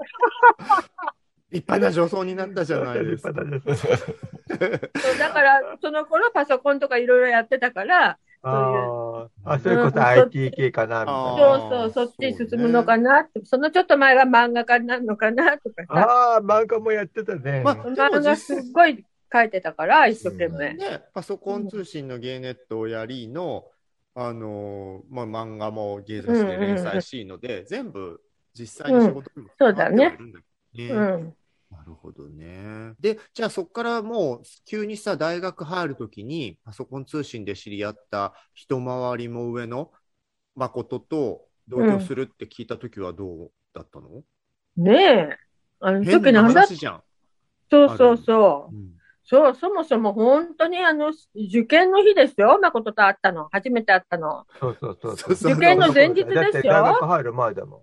S1: 立派な女装になったじゃないですか。
S2: そうだから、その頃パソコンとかいろいろやってたから、
S4: ああ、それこそ IT 系かな、み
S1: あ
S4: たいな。
S2: そうそう、そっち進むのかなって、そのちょっと前は漫画家になるのかなとかさ、
S4: ああ、漫画もやってたね。
S1: まあ、で
S2: 漫
S1: も実
S2: 画すっ
S1: 際
S2: ごい書いてたから、一生懸命。
S1: ね、パソコン通信のゲーネットをやりの、あのーまあ、漫画も芸雑誌で連載しいので、全部実際に仕事にも
S2: うんそうだ
S1: 関わ
S2: ね
S1: ってはいるんだけ
S2: う
S1: どね
S2: ん。
S1: なるほどね。で、じゃあそこからもう急にさ、大学入るときにパソコン通信で知り合った一回りも上の誠と同居するって聞いたときはどうだったの、
S2: ねえ。あの
S1: 変
S2: 時
S1: な
S2: なんだ
S1: 話じゃん。
S2: そうそうそうう。
S1: ん
S2: そう、そもそも本当にあの、受験の日ですよ、誠と会ったの。初めて会ったの。
S4: そうそうそう
S1: そうそう
S2: 受験の前日で
S4: だっ
S2: す
S4: て
S2: よ
S4: 大学入る前だもん。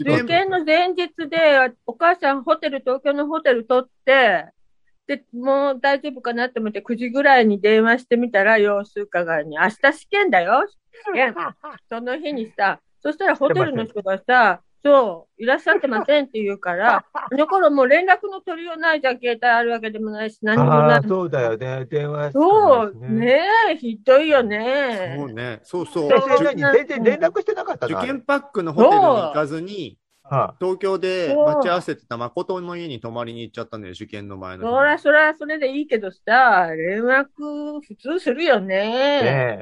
S2: 受験の前日で、お母さんホテル、東京のホテル取って、で、もう大丈夫かなって思って9時ぐらいに電話してみたら、様子伺いに、明日試験だよ、試験。その日にさ、そしたらホテルの人がさ、そう、いらっしゃってませんって言うから、あの頃もう連絡の取りようないじゃん、携帯あるわけでもないし、何にもな
S4: あ
S2: い
S4: あ、。そうだよね。電話しか
S2: そ
S4: ないうし、
S2: ねえ、ひどいよね
S1: そ。うね。そうそう。
S4: 先生
S2: そう
S4: 何先生連絡してなかった
S1: 受
S4: のあれ
S1: 験パックのホテルに行かずに、
S4: は
S1: 東京で待ち合わせてた誠の家に泊まりに行っちゃったんだよ、受験の前の日に。
S2: そらそらそれでいいけどさ、連絡普通するよ
S4: あ
S2: ね。
S4: ね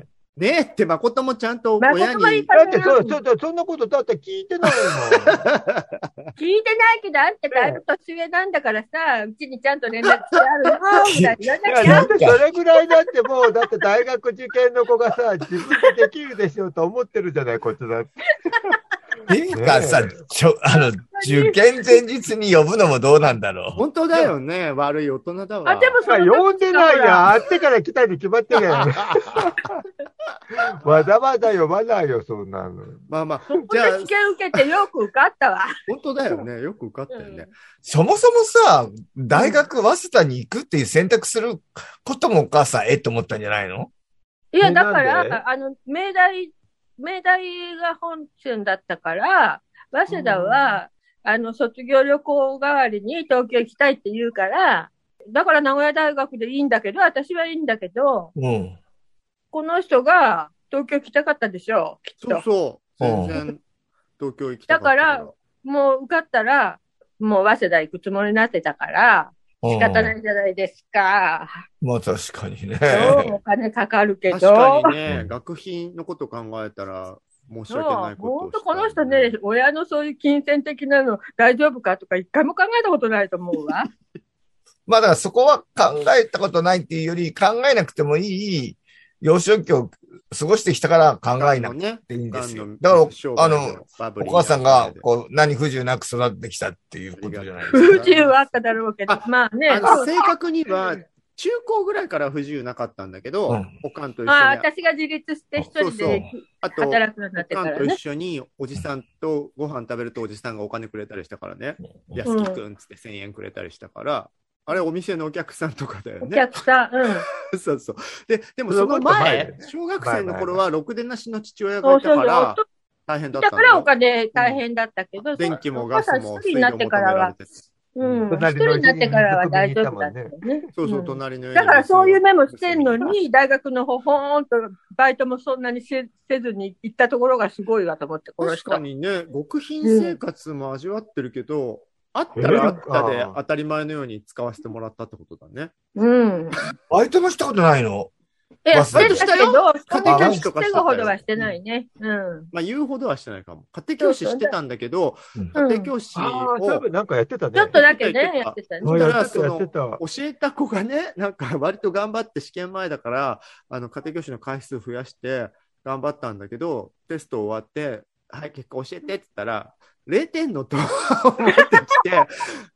S4: え
S1: ねえって誠もちゃんと親
S2: 誠がいい
S1: に
S2: か。
S4: だってそう、ちょっとそんなことだって聞いてないも
S2: 聞いてないけど、あんただいぶ年上なんだからさ、うちにちゃんと連絡してある のみたいな言わ
S4: ん。
S2: ないき
S4: や、だ
S2: ゃ
S4: ってそれぐらいだってもう、だって大学受験の子がさ、自分でできるでしょうと思ってるじゃない、こっちだって。
S3: ていうかさ
S4: ね、
S3: ちょ、あの、受験前日に呼ぶのもどうなんだろ
S1: 本当だよね。悪い大人だわ。
S2: あ、でもその
S4: 呼んでないや、
S2: や
S4: あってから来たに決まってるやん。わざわざ呼ばないよ、そんなの。
S1: まあまあ
S2: そこ。
S1: じ
S2: で
S1: ゃあ
S2: 試、験受けてよく受かったわ。
S1: 本当だよね。よく受かったよね。
S3: う。そもそもさ、大学早稲田に行くっていう選択することもお母さん、えっと思ったんじゃないの
S2: いや、だか
S4: えなんで
S2: ら、あの、明大、明大が本線だったから、早稲田は、あの、卒業旅行代わりに東京行きたいって言うから、だから名古屋大学でいいんだけど、私はいいんだけど、
S3: うん。
S2: この人が東京行きたかったでしょう、きっ
S1: そう
S2: と。
S1: そう。
S3: うん
S1: 全然、東京行きたかった
S2: だから、もう受かったら、もう早稲田行くつもりになってたから、仕方ないじゃないですか。
S3: うん。まあ確かにね。
S2: そう、お金かかるけど。
S1: 確かにね
S3: う、ん
S1: 学費のこと考えたら、申し
S2: そう、
S1: 訳ないことを
S2: 本
S1: した
S2: 当この人ね、親のそういう金銭的なの大丈夫かとか一回も考えたことないと思うわ。
S3: まあだからそこは考えたことないっていうより、考えなくてもいい幼少期を過ごしてきたから考えなく
S1: ね。
S3: ていいんですよ
S1: が。
S3: だから、
S1: 生
S3: あ
S1: 涯
S3: の、
S1: バブ
S3: お
S1: リーな
S3: 母さんが、こう、何不自由なく育ってきたっていうことじゃないで
S1: う
S2: 不
S1: ん
S3: すか。
S2: 自由はあっただろうけど
S1: あ、
S2: まあね。
S1: あ
S2: そ
S1: の
S2: う
S1: 正確には、中高ぐらいから不自由なかったんだけど、
S3: うん
S1: おかんと一緒に、
S2: ま
S1: あ
S2: あ、私が自立して一人
S1: そうそう
S2: で
S1: と、お
S2: 働くようになってか
S1: かん
S2: ら
S1: と
S2: ね
S1: 一。緒におじさんとご飯食べるとおじさんがお金くれたりしたからね、
S3: うん
S1: やすきくんつって1000円くれたりしたから、あれお店のお客さんとかだよ
S2: お
S1: ね。
S2: 客さん、うん。
S1: そうそう。で、でも
S4: そ
S1: そ
S4: の
S1: の
S4: 前
S1: 前、小学生の頃はろくでなしの父親が
S2: そう
S1: い
S2: そ
S1: た
S2: うそ
S1: か
S2: う。
S1: ら
S2: 夫、
S1: 大変だ
S2: だ
S1: ったん
S2: か
S1: だよ
S2: らお金大変だったけど、そう
S1: 電気もガス
S2: お
S1: も
S2: 母さん一人
S1: 水
S2: に
S1: 道
S2: な
S1: も止
S2: っ
S1: め
S2: てから
S1: られ
S2: は、
S1: て
S2: うん。一
S4: 隣
S2: 人
S4: の
S2: になってからは大丈夫だったよね。
S1: そうそう、
S2: ん
S1: 隣の家に
S2: だからそういう目もしてんのに、大学のほほーんとバイトもそんなにせせずに行ったところがすごいわと思って、この
S1: 確
S2: 人。
S1: かにね、極貧生活も味わってるけど、あったらあったで当たり前のように使わせてもらったってことだね。
S2: うん。
S3: バイトもしたことないの
S2: いや、
S3: 忘
S2: して
S3: れて
S2: た
S1: た
S2: けど、家庭
S1: 家庭
S2: 教
S1: 教師
S2: 師
S1: と
S2: と
S1: か
S2: か
S1: して
S2: し
S1: た
S2: てた
S1: よ
S2: ほどはしてないね。うん。
S1: まあ言うほどはしてないかも。家庭教師してたんだけど、
S3: うん
S1: 家庭教師
S4: あ
S1: を
S4: あ、多分なんかやってたね。
S2: ちょっとだ
S1: や
S2: け
S1: ってた
S2: ね、やってたね。
S4: あ
S1: だか
S4: や
S1: ら
S4: ってた、
S1: そ
S4: や
S1: の
S4: ってた。
S1: 教えた子がね、 なんか割と頑張って試験前だから、あの家庭教師の回数増やして頑張ったんだけど、テスト終わって、はい、結果教えてって言ったら、0点のと思ってきて、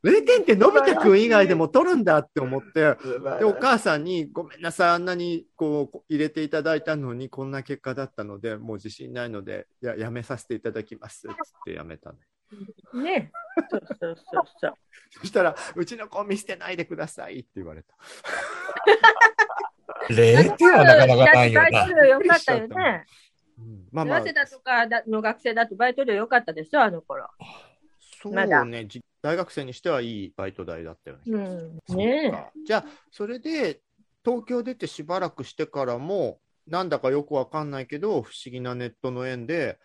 S1: 0点ってのび太くん以外でも取るんだって思って、で、お母さんに、ごめんなさい、あんなにこう入れていただいたのに、こんな結果だったので、もう自信ないので、ややめさせていただきますっつってやめたの。
S2: ね。そうそうそうそう。
S1: そしたら、うちの子を見捨てないでくださいって言われた。
S3: 0点はなかなかないよ
S2: だ
S3: な
S2: って。バイト料良かったよね。
S1: うんまあま
S2: 早
S1: あ
S2: 稲、田とかの学生だとバイト料良かったでしょ、あの頃。
S1: そう
S2: まだ
S1: ね、じ大学生にしてはいいバイト代だったよね。
S2: うん。
S1: そう
S2: ね
S1: かじゃあ、それで東京出てしばらくしてからも、なんだかよくわかんないけど、不思議なネットの縁で、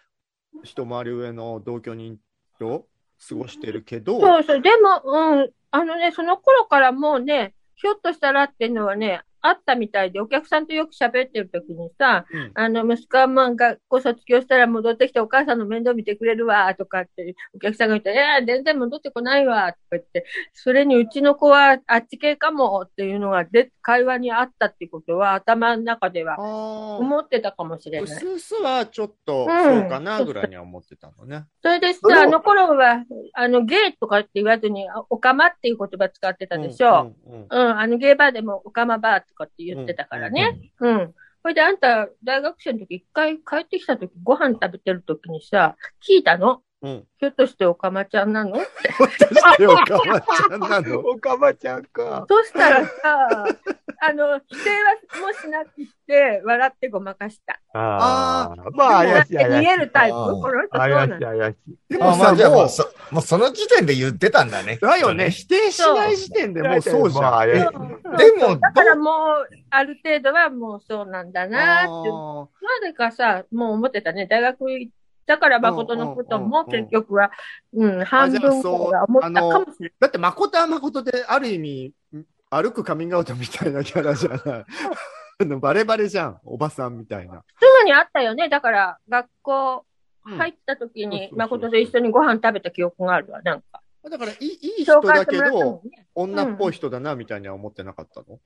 S1: 一回り上の同居人と過ごしてるけど、
S2: そうそう。でも、うん。あのね、その頃からもうね、ひょっとしたらっていうのはね、あったみたいで、お客さんとよく喋ってる時にさ、
S1: うん
S2: あの、息子はまあ学校卒業したら戻ってきてお母さんの面倒見てくれるわ、とかって、お客さんが言って、いや、全然戻ってこないわ、とか言って、それにうちの子はあっち系かも、っていうのがで、会話にあったってことは、頭の中では
S1: あー
S2: 思ってたかもしれ
S1: う
S2: ない
S1: す。うすはちょっと
S2: うん
S1: そうかなぐらいには思ってたのね。
S2: それでさ
S3: そ、れを
S2: あの頃は、あの、ゲイとかって言わずに、あおかまっていう言葉使ってたでしょ。
S1: うんうんうん
S2: うん、あの、ゲイバーでもおかまバーとかって言ってたからね。うん。ほいで、あんた、大学生の時、一回帰ってきた時、ご飯食べてる時にさ、聞いたの。
S1: うん。
S2: ひょっとしておかまちゃんなの
S1: 私、おかまちゃんなの。
S4: おかまちゃんか。
S2: そしたらさ、あの、否定はもしなくて、笑ってごまかした。
S1: あ
S4: あ。まあ、
S2: だ
S4: 怪
S2: っ
S4: してい、怪
S2: 逃
S4: しい。
S2: げるタイプ
S3: あー
S2: この人そうな
S4: 怪しい、
S2: の。
S4: 怪しい。
S1: で
S3: あ
S1: も
S3: ま
S1: さ、
S3: あ、じゃあ
S1: も
S3: も
S1: う
S3: う、そ、もうその時点で言ってたんだね。
S1: だよね。。否定しない時点でもうそうじ
S4: ま
S1: ゃ
S4: あ
S1: ん。
S4: 怪しい
S3: でも、
S2: だからもう、ある程度はもうそうなんだなーって。
S1: あ
S2: なぜかさ、もう思ってたね。大学行ったから誠のことも
S1: うんうんうんうん
S2: 結局は、うん、半分
S1: あじゃあそう
S2: ぐらいは思ったかもしれない
S1: ー。だって、誠は誠で、ある意味、歩くカミングアウトみたいなキャラじゃない。 あのバレバレじゃん。おばさんみたいな。
S2: すぐにあったよね。だから、学校入った時
S1: そうそう
S2: に
S1: そう
S2: 誠と一緒にご飯食べた記憶があるわ。なんか、
S1: だからいい、いい人
S2: 紹介
S1: だ
S2: して
S1: け
S2: もらった
S1: ど
S2: の、にね。
S1: 女っぽい人だな、みたいには思ってなかったの、
S2: あんま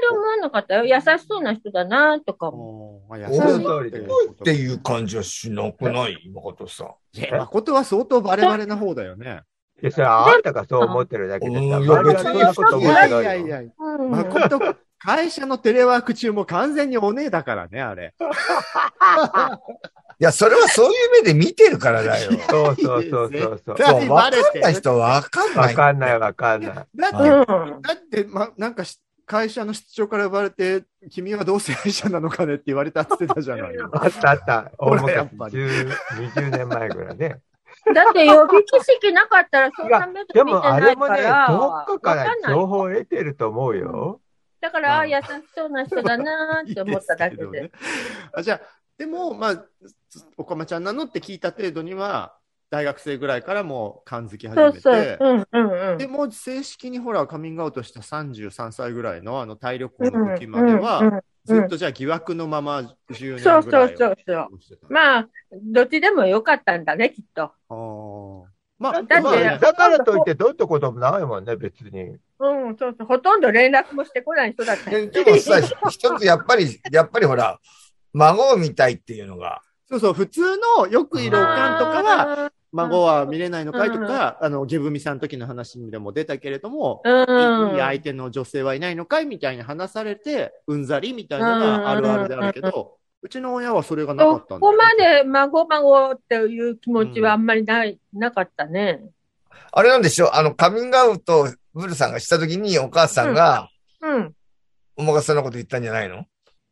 S2: り思わなかったよ。優しそうな人だなとかも。
S1: ああ、優
S3: そ
S4: の通りだよ
S1: こと
S3: っていう感じはしなくない今ことさ。
S1: いや、誠は相当バレバレな方だよね。
S4: いや、それはあんたがそう思ってるだけでさ、
S3: うん
S4: 周りはそんなこと
S1: い
S4: 思っ
S1: や
S4: て
S1: い
S4: ないよ。
S1: やいや、
S2: うん。
S1: 誠、会社のテレワーク中も完全にお姉だからね、あれ。
S3: いや、それはそういう目で見てるから だよ。
S4: そうそうそうそうそう。
S1: 絶
S3: そ
S1: 対
S3: う、
S1: バ
S3: わ
S1: レ
S3: かんない
S1: てる。
S3: 人はわかんな
S4: わ
S3: い。
S4: かんないわかんない。
S1: だって、
S3: は
S2: うん
S1: だって、ま、なんかし会社の室長から呼ばれて、君は同性愛者なのかねって言われたって言ってたじゃないよ。
S4: あったあった。大
S1: ほらや
S4: 昔
S1: っぱり
S4: 10 20年前ぐらいね。
S2: だって予備知識なかったらそんな目で
S4: で
S2: 見て
S4: もあ
S2: な
S4: れ
S2: い
S4: も
S2: か
S4: ね、
S2: ら、
S4: ど
S2: わ
S4: っかか
S2: からんない
S4: 情報を得てると思うよ。
S2: だから、
S1: う
S2: あ
S1: ん
S2: 優しそうな人だなーって思っただけ
S1: いいです
S2: で。
S1: けどねあじゃあ、でも、まあ、おかまちゃんなのって聞いた程度には、大学生ぐらいからもう感づき始
S2: そ
S1: め
S2: う
S1: て。
S2: そう。うんうんうん。
S1: で
S2: うん
S1: も正式にほらカミングアウトした33歳ぐらいのあの体力
S2: う
S1: 婚
S2: ん
S1: の時までは、
S2: うん
S1: ずっとじゃあ疑惑のまま10年ぐ
S2: そ
S1: らいう
S2: そうそうそう。
S1: あ
S2: まあ、どっちでもよかったんだね、きっと。
S1: ーまあ、
S2: だって
S4: まあ、だからといってどうってこともないもんね、別に。
S2: うん、そうそう。ほとんど連絡もしてこない人だったよ。
S3: ででもさ、一つやっぱり、 やっぱりほら、孫を見たいっていうのが、
S1: そうそう、普通のよくいるおかんとかは、
S2: は、
S1: 孫は見れないのかいとか、あの、ゲブミさんの時の話にでも出たけれども、
S2: うん。
S1: いい相手の女性はいないのかいみたいに話されて、うんざりみたいなのがあるあるであるけど、うちの親はそれがなか
S2: そ
S1: ったんだよ
S2: こまで孫孫っていう気持ちはあんまりない、なかったね。
S3: あれなんでしょうあの、カミングアウトをブルさんがした時にお母さんが、
S2: うん。
S3: おまかせのこと言ったんじゃないの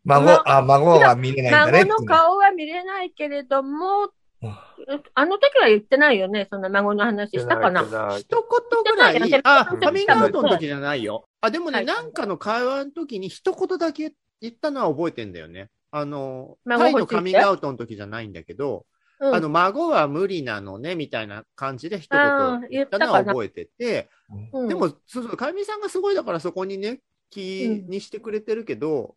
S3: 孫、
S2: ま
S3: あ、孫は見れないんだねっ
S2: 孫
S3: ていう
S2: の顔は見れないけれども
S3: うん、
S2: あの時は言ってないよね。そんな孫の話したかな。
S4: してないして
S1: 一言ぐら
S2: 言っ
S1: い
S2: て、
S1: あ、
S4: うん
S1: カミングアウトの時じゃないよ。あ、でもね、
S2: はい
S1: なんかの会話の時に一言だけ言ったのは覚えてんだよね。あの、
S2: 孫
S1: タイの
S2: 欲しいって
S1: カミングアウトの時じゃないんだけど、
S2: うん
S1: あの、孫は無理なのね、みたいな感じで一言
S2: あー
S1: 言
S2: 言
S1: っ
S2: ったた
S1: の
S2: か
S1: は
S2: な
S1: 覚えてて、
S2: うん
S1: でも、そうそう、かゆみさんがすごいだからそこにね、気
S2: うん
S1: にしてくれてるけど、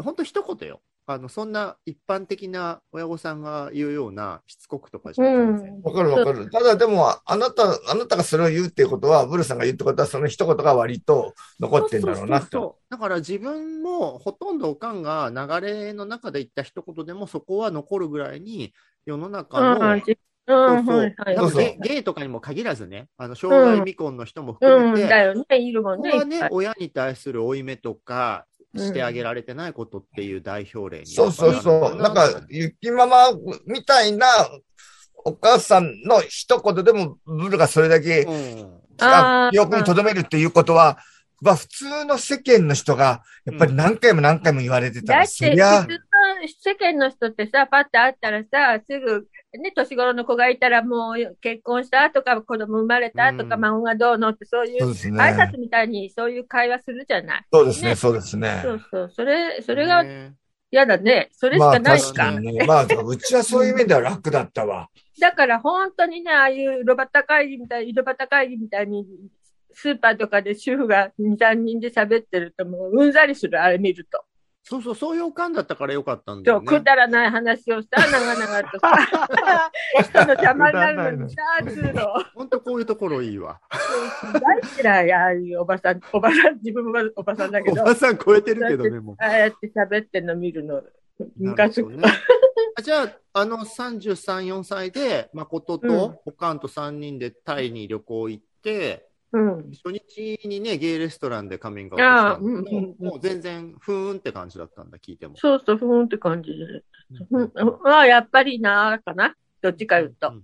S1: ほんと一言よ。あの、そんな一般的な親御さんが言うようなしつこくとかじゃ全然。
S3: わかるわかる。ただでも、あなた、あなたがそれを言うっていうことは、ブルさんが言ったことは、その一言が割と残ってんだろう
S1: そうそ
S3: なって。
S1: うそうそうだから自分もほとんどおかんが流れの中で言った一言でもそこは残るぐらいに世の中の、
S2: うん、じう
S1: そ
S2: ん、
S1: うそう
S2: はいはい。
S1: 多分
S3: そう
S1: ゲ
S3: そ
S1: ゲイとかにも限らずね、あの障害未婚の人も含
S2: うん、
S1: め
S2: だ
S1: て、
S2: よね。いるもん
S1: こ
S2: ね。
S1: こはい
S2: っ
S1: ね
S2: ぱい
S1: 親に対する負い目とかしてあげられてないことっていう代表例に
S3: そうそうそう。なんか、ゆきママみたいなお母さんの一言でも、ブルがそれだけ
S1: うん
S3: あ
S2: あー
S3: 記憶に留めるっていうことは、まあ普通の世間の人が、やっぱり何回も何回も言われてた
S2: だ
S3: ら、
S2: って、
S3: そりゃ、
S2: 世間の人ってさ、パッと会ったらさ、すぐ、ね、年頃の子がいたらもう結婚したとか、子供生まれたとか、
S1: うん
S2: 孫がどうのって、そうい
S3: そう
S2: う
S3: です
S2: 挨
S3: ね。
S2: 拶みたいにそういう会話するじゃない。
S3: そうですね、
S2: ね
S3: そうですね。
S2: そうそう。それ、それが
S1: ね
S2: 嫌だね。それし
S3: ま
S2: か
S3: あ
S2: ない。
S3: 確かにね。まあ、うちはそういう面では楽だったわ。
S2: だから本当にね、ああいうロバタ会議みたい、井戸端会議みたいに、スーパーとかで主婦が2、3人で喋ってるともううんざりする、あれ見ると。
S1: そうそう、そういうおかんだったからよかったんだ
S2: そ
S1: よ
S2: う、く
S1: ね。
S2: だらない話をさ、長々とさ、人の邪魔になるのにさ、つうの。
S1: ほんとこういうところいいわ。
S2: 大嫌い、ああいうおばさん、おばさん、自分もおばさん だけ
S1: お
S2: ど、あ
S1: ばさん超えてるけどね、もう。
S2: あやって喋ってんの見るの、ムカつく。
S1: なるほどね。あじゃあ、あの33、4歳で、誠とおかんと3人でタイに旅行行って、
S2: うん。
S1: 初日にね、ゲイレストランでカミングアウ
S2: ああ
S1: トしたんだけど
S2: うんうんうん
S1: もう全然、ふーんって感じだったんだ、聞いても。
S2: そうそう、ふーんって感じで。
S1: う
S2: うんん、あやっぱりなーかな。どっちか言うと。
S1: ん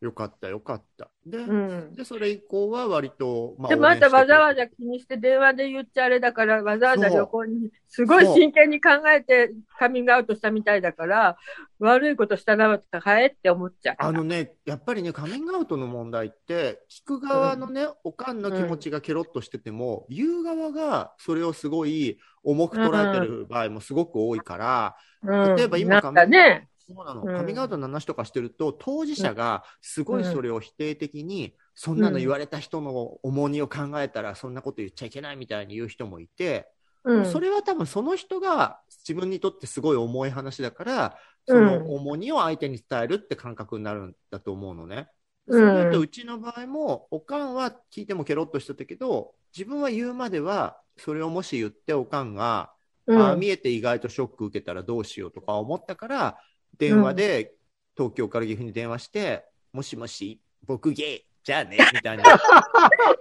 S1: よかった、よかった。で、
S2: うん。
S1: でそれ以降は割と、ま
S2: で、またわざわ
S1: ざ。
S2: ざ気にして電話で言っちゃあれだから、わざわざ
S1: そう
S2: 旅行に、すごい
S1: そう
S2: 真剣に考えてカミングアウトしたみたいだから、悪いことしたら、かえって思っちゃう。
S1: あのね、やっぱりね、カミングアウトの問題って、聞く側のね、おかんの気持ちがケロッとしてても、言う側がそれをすごい重く捉えてる場合もすごく多いから、
S2: うん、
S1: 例えば今
S2: なんかね、
S1: そうなの、
S2: うん
S1: カミングアウトの話とかしてると、当事者がすごいそれを否定的に、そんなの言われた人の重荷を考えたら、そんなこと言っちゃいけないみたいに言う人もいて、
S2: うん、
S1: それは多分その人が自分にとってすごい重い話だから、そ
S2: うん
S1: の重荷を相手に伝えるって感覚になるんだと思うのね。
S2: う
S1: そ
S2: ん
S1: ういうと、うちの場合も、おかんは聞いてもケロッとしてたけど、自分は言うまでは、それをもし言っておかんが、
S2: うん、
S1: ああ見えて意外とショック受けたらどうしようとか思ったから、電話で東京から岐阜に電話して、もしもし、僕ゲイ、じゃあね、み たいな。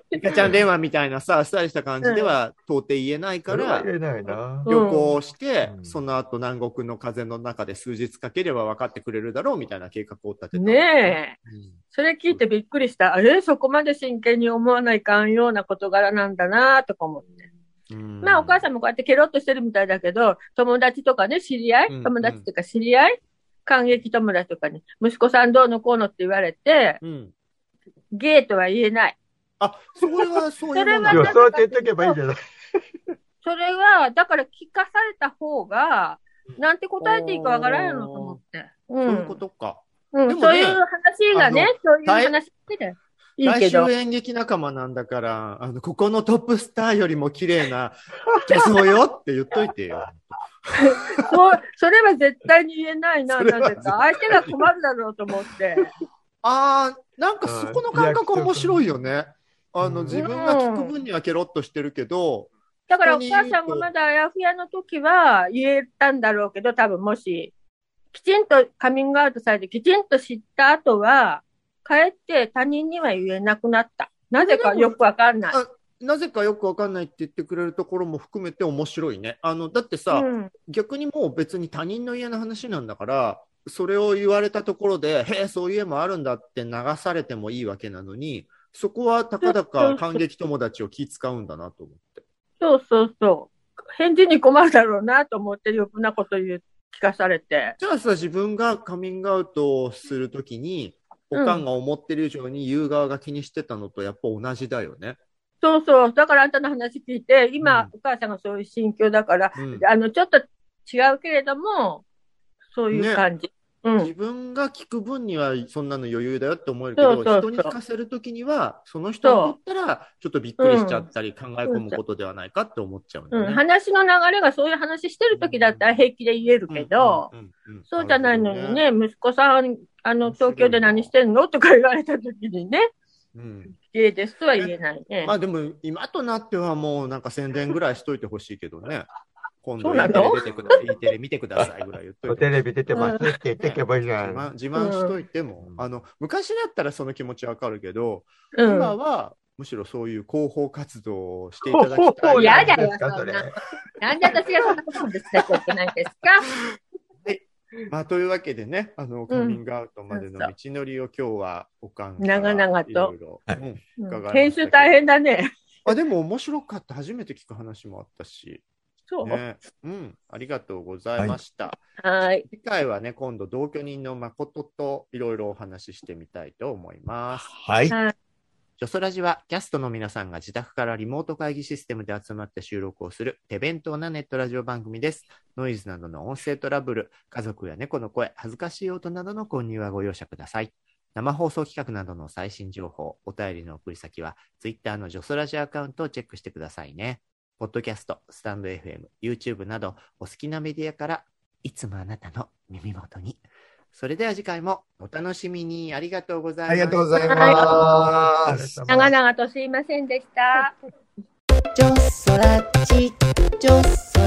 S1: リカちゃん電話みたいなさ、あっさりした感じでは到底言えないか
S4: それは
S1: ら、
S4: 言えないな。
S1: 旅行して、
S4: うん
S1: その後南国の風の中で数日かければ分かってくれるだろうみたいな計画を立てた。
S2: ねえ。
S1: うん
S2: それ聞いてびっくりした。あれそこまで真剣に思わないかんような事柄なんだなとか思って。
S1: うん
S2: まあお母さんもこうやってケロッとしてるみたいだけど、友達とかね、知り合い
S1: うん
S2: 友達とか知り合い感激友達とかに、息子さんどうのこうのって言われて、
S1: うん。
S2: ゲイとは言えない。
S1: あ、それはそういうもんな
S2: そ
S1: い
S2: れ
S1: の
S2: は
S4: や、そうやって言っとけばいいじゃない。
S2: それは、だから聞かされた方が、なんて答えていいかわからないのと思って。う
S1: そ
S2: ん。
S1: ういうことか。
S2: うん、
S1: でもね
S2: そういう話がね、そういう話でいいけ
S1: 来週
S2: ど。
S1: 演劇仲間なんだから、あの、ここのトップスターよりも綺麗な 女装よって言っといてよ。
S2: そう、それは絶対に言えないな、
S1: それ
S2: な
S1: は
S2: んでか。相手が困るだろうと思 って。
S1: あー、なんかそこの感覚面白いよね。あの、
S4: うん
S1: 自分が聞く分にはケロッとしてるけど、
S2: だからお母さんもまだあやふやの時は言えたんだろうけど、多分もし、きちんとカミングアウトされて、きちんと知った後は、帰って他人には言えなくなった。なぜかよくわかんない。
S1: あなぜかよくわかんないって言ってくれるところも含めて面白いね。あの、だってさ、
S2: うん、
S1: 逆にもう別に他人の家の話なんだから、それを言われたところで、へえ、そういう家もあるんだって流されてもいいわけなのに、そこはたかだか感激友達を気使うんだなと思って。
S2: そうそうそう。返事に困るだろうなと思って余分なこと言う、聞かされて。
S1: じゃあさ、自分がカミングアウトをするときに、お
S2: うん
S1: かんが思ってる以上に言う側が気にしてたのとやっぱ同じだよね。
S2: そうそう。だからあんたの話聞いて、今、
S1: うん
S2: お母さんがそういう心境だから、
S1: うん
S2: あの、ちょっと違うけれども、そういう感じ。うん。
S1: 自分が聞く分にはそんなの余裕だよって思えるけど、
S2: そうそう
S1: 人
S2: そう
S1: に聞かせるときには、その人にとったらちょっとびっくりしちゃったり考え込むことではないかって思っちゃうんだよ
S2: うん、
S1: ね。
S2: 話の流れがそういう話してる時だったら平気で言えるけど、
S1: うんうんうんうん
S2: そうじゃないのに。ね、息子さん、あの、東京で何してんのとか言われた時にね、
S1: うん
S2: 家ですとは言えないね
S1: ま。あでも、今となってはもうなんか宣伝ぐらいしといてほしいけど ね。今度
S2: そうな
S1: E
S2: の
S1: テレ出てください。E テレ見てくださいぐらい言っとい
S4: お
S1: て。
S4: テレビ出てますって言ってけばいいじゃ
S1: 自
S4: ない。
S1: 慢自慢しといても、あの昔だったらその気持ちわかるけど、
S2: う
S1: 今
S2: ん。
S1: はむしろそういう広報活動をしていただきた
S4: ほうほう
S1: い。
S2: 嫌だ
S4: 何
S2: よ
S4: です、か
S2: そん
S4: そ
S2: な。なんで私がそんなことを手伝っちゃいけないんですか
S1: まあ、というわけでね、あのカミングアウトまでの
S2: そう
S1: 道
S2: そう
S1: のりを今日はおかん
S2: 長々と
S1: いろいろ
S3: はい
S1: うん
S2: う
S1: 伺い
S2: ん
S1: ましたけど
S2: 編集大変だね。
S1: あでも面白かった。初めて聞く話もあったし。
S2: そう。
S1: ね、うん、ありがとうございました。
S2: はい。
S1: 次回はね、今度同居人の誠といろいろお話ししてみたいと思います。
S3: はい。
S2: はい。
S1: ジョソラジはキャストの皆さんが自宅からリモート会議システムで集まって収録をする手弁当なネットラジオ番組です。ノイズなどの音声トラブル、家族や猫の声、恥ずかしい音などの購入はご容赦ください。生放送企画などの最新情報、お便りの送り先は Twitter のジョソラジアカウントをチェックしてくださいね。ポッドキャスト、スタンド FM、YouTube などお好きなメディアからいつもあなたの耳元に。それでは次回もお楽しみにありがとうございま
S3: あ
S1: し
S3: り
S1: た。
S3: がとうござい
S4: お
S3: ま
S4: 疲れ
S3: す。
S4: 様
S2: 長々とすいませんでした。
S5: ちょそらちちょそ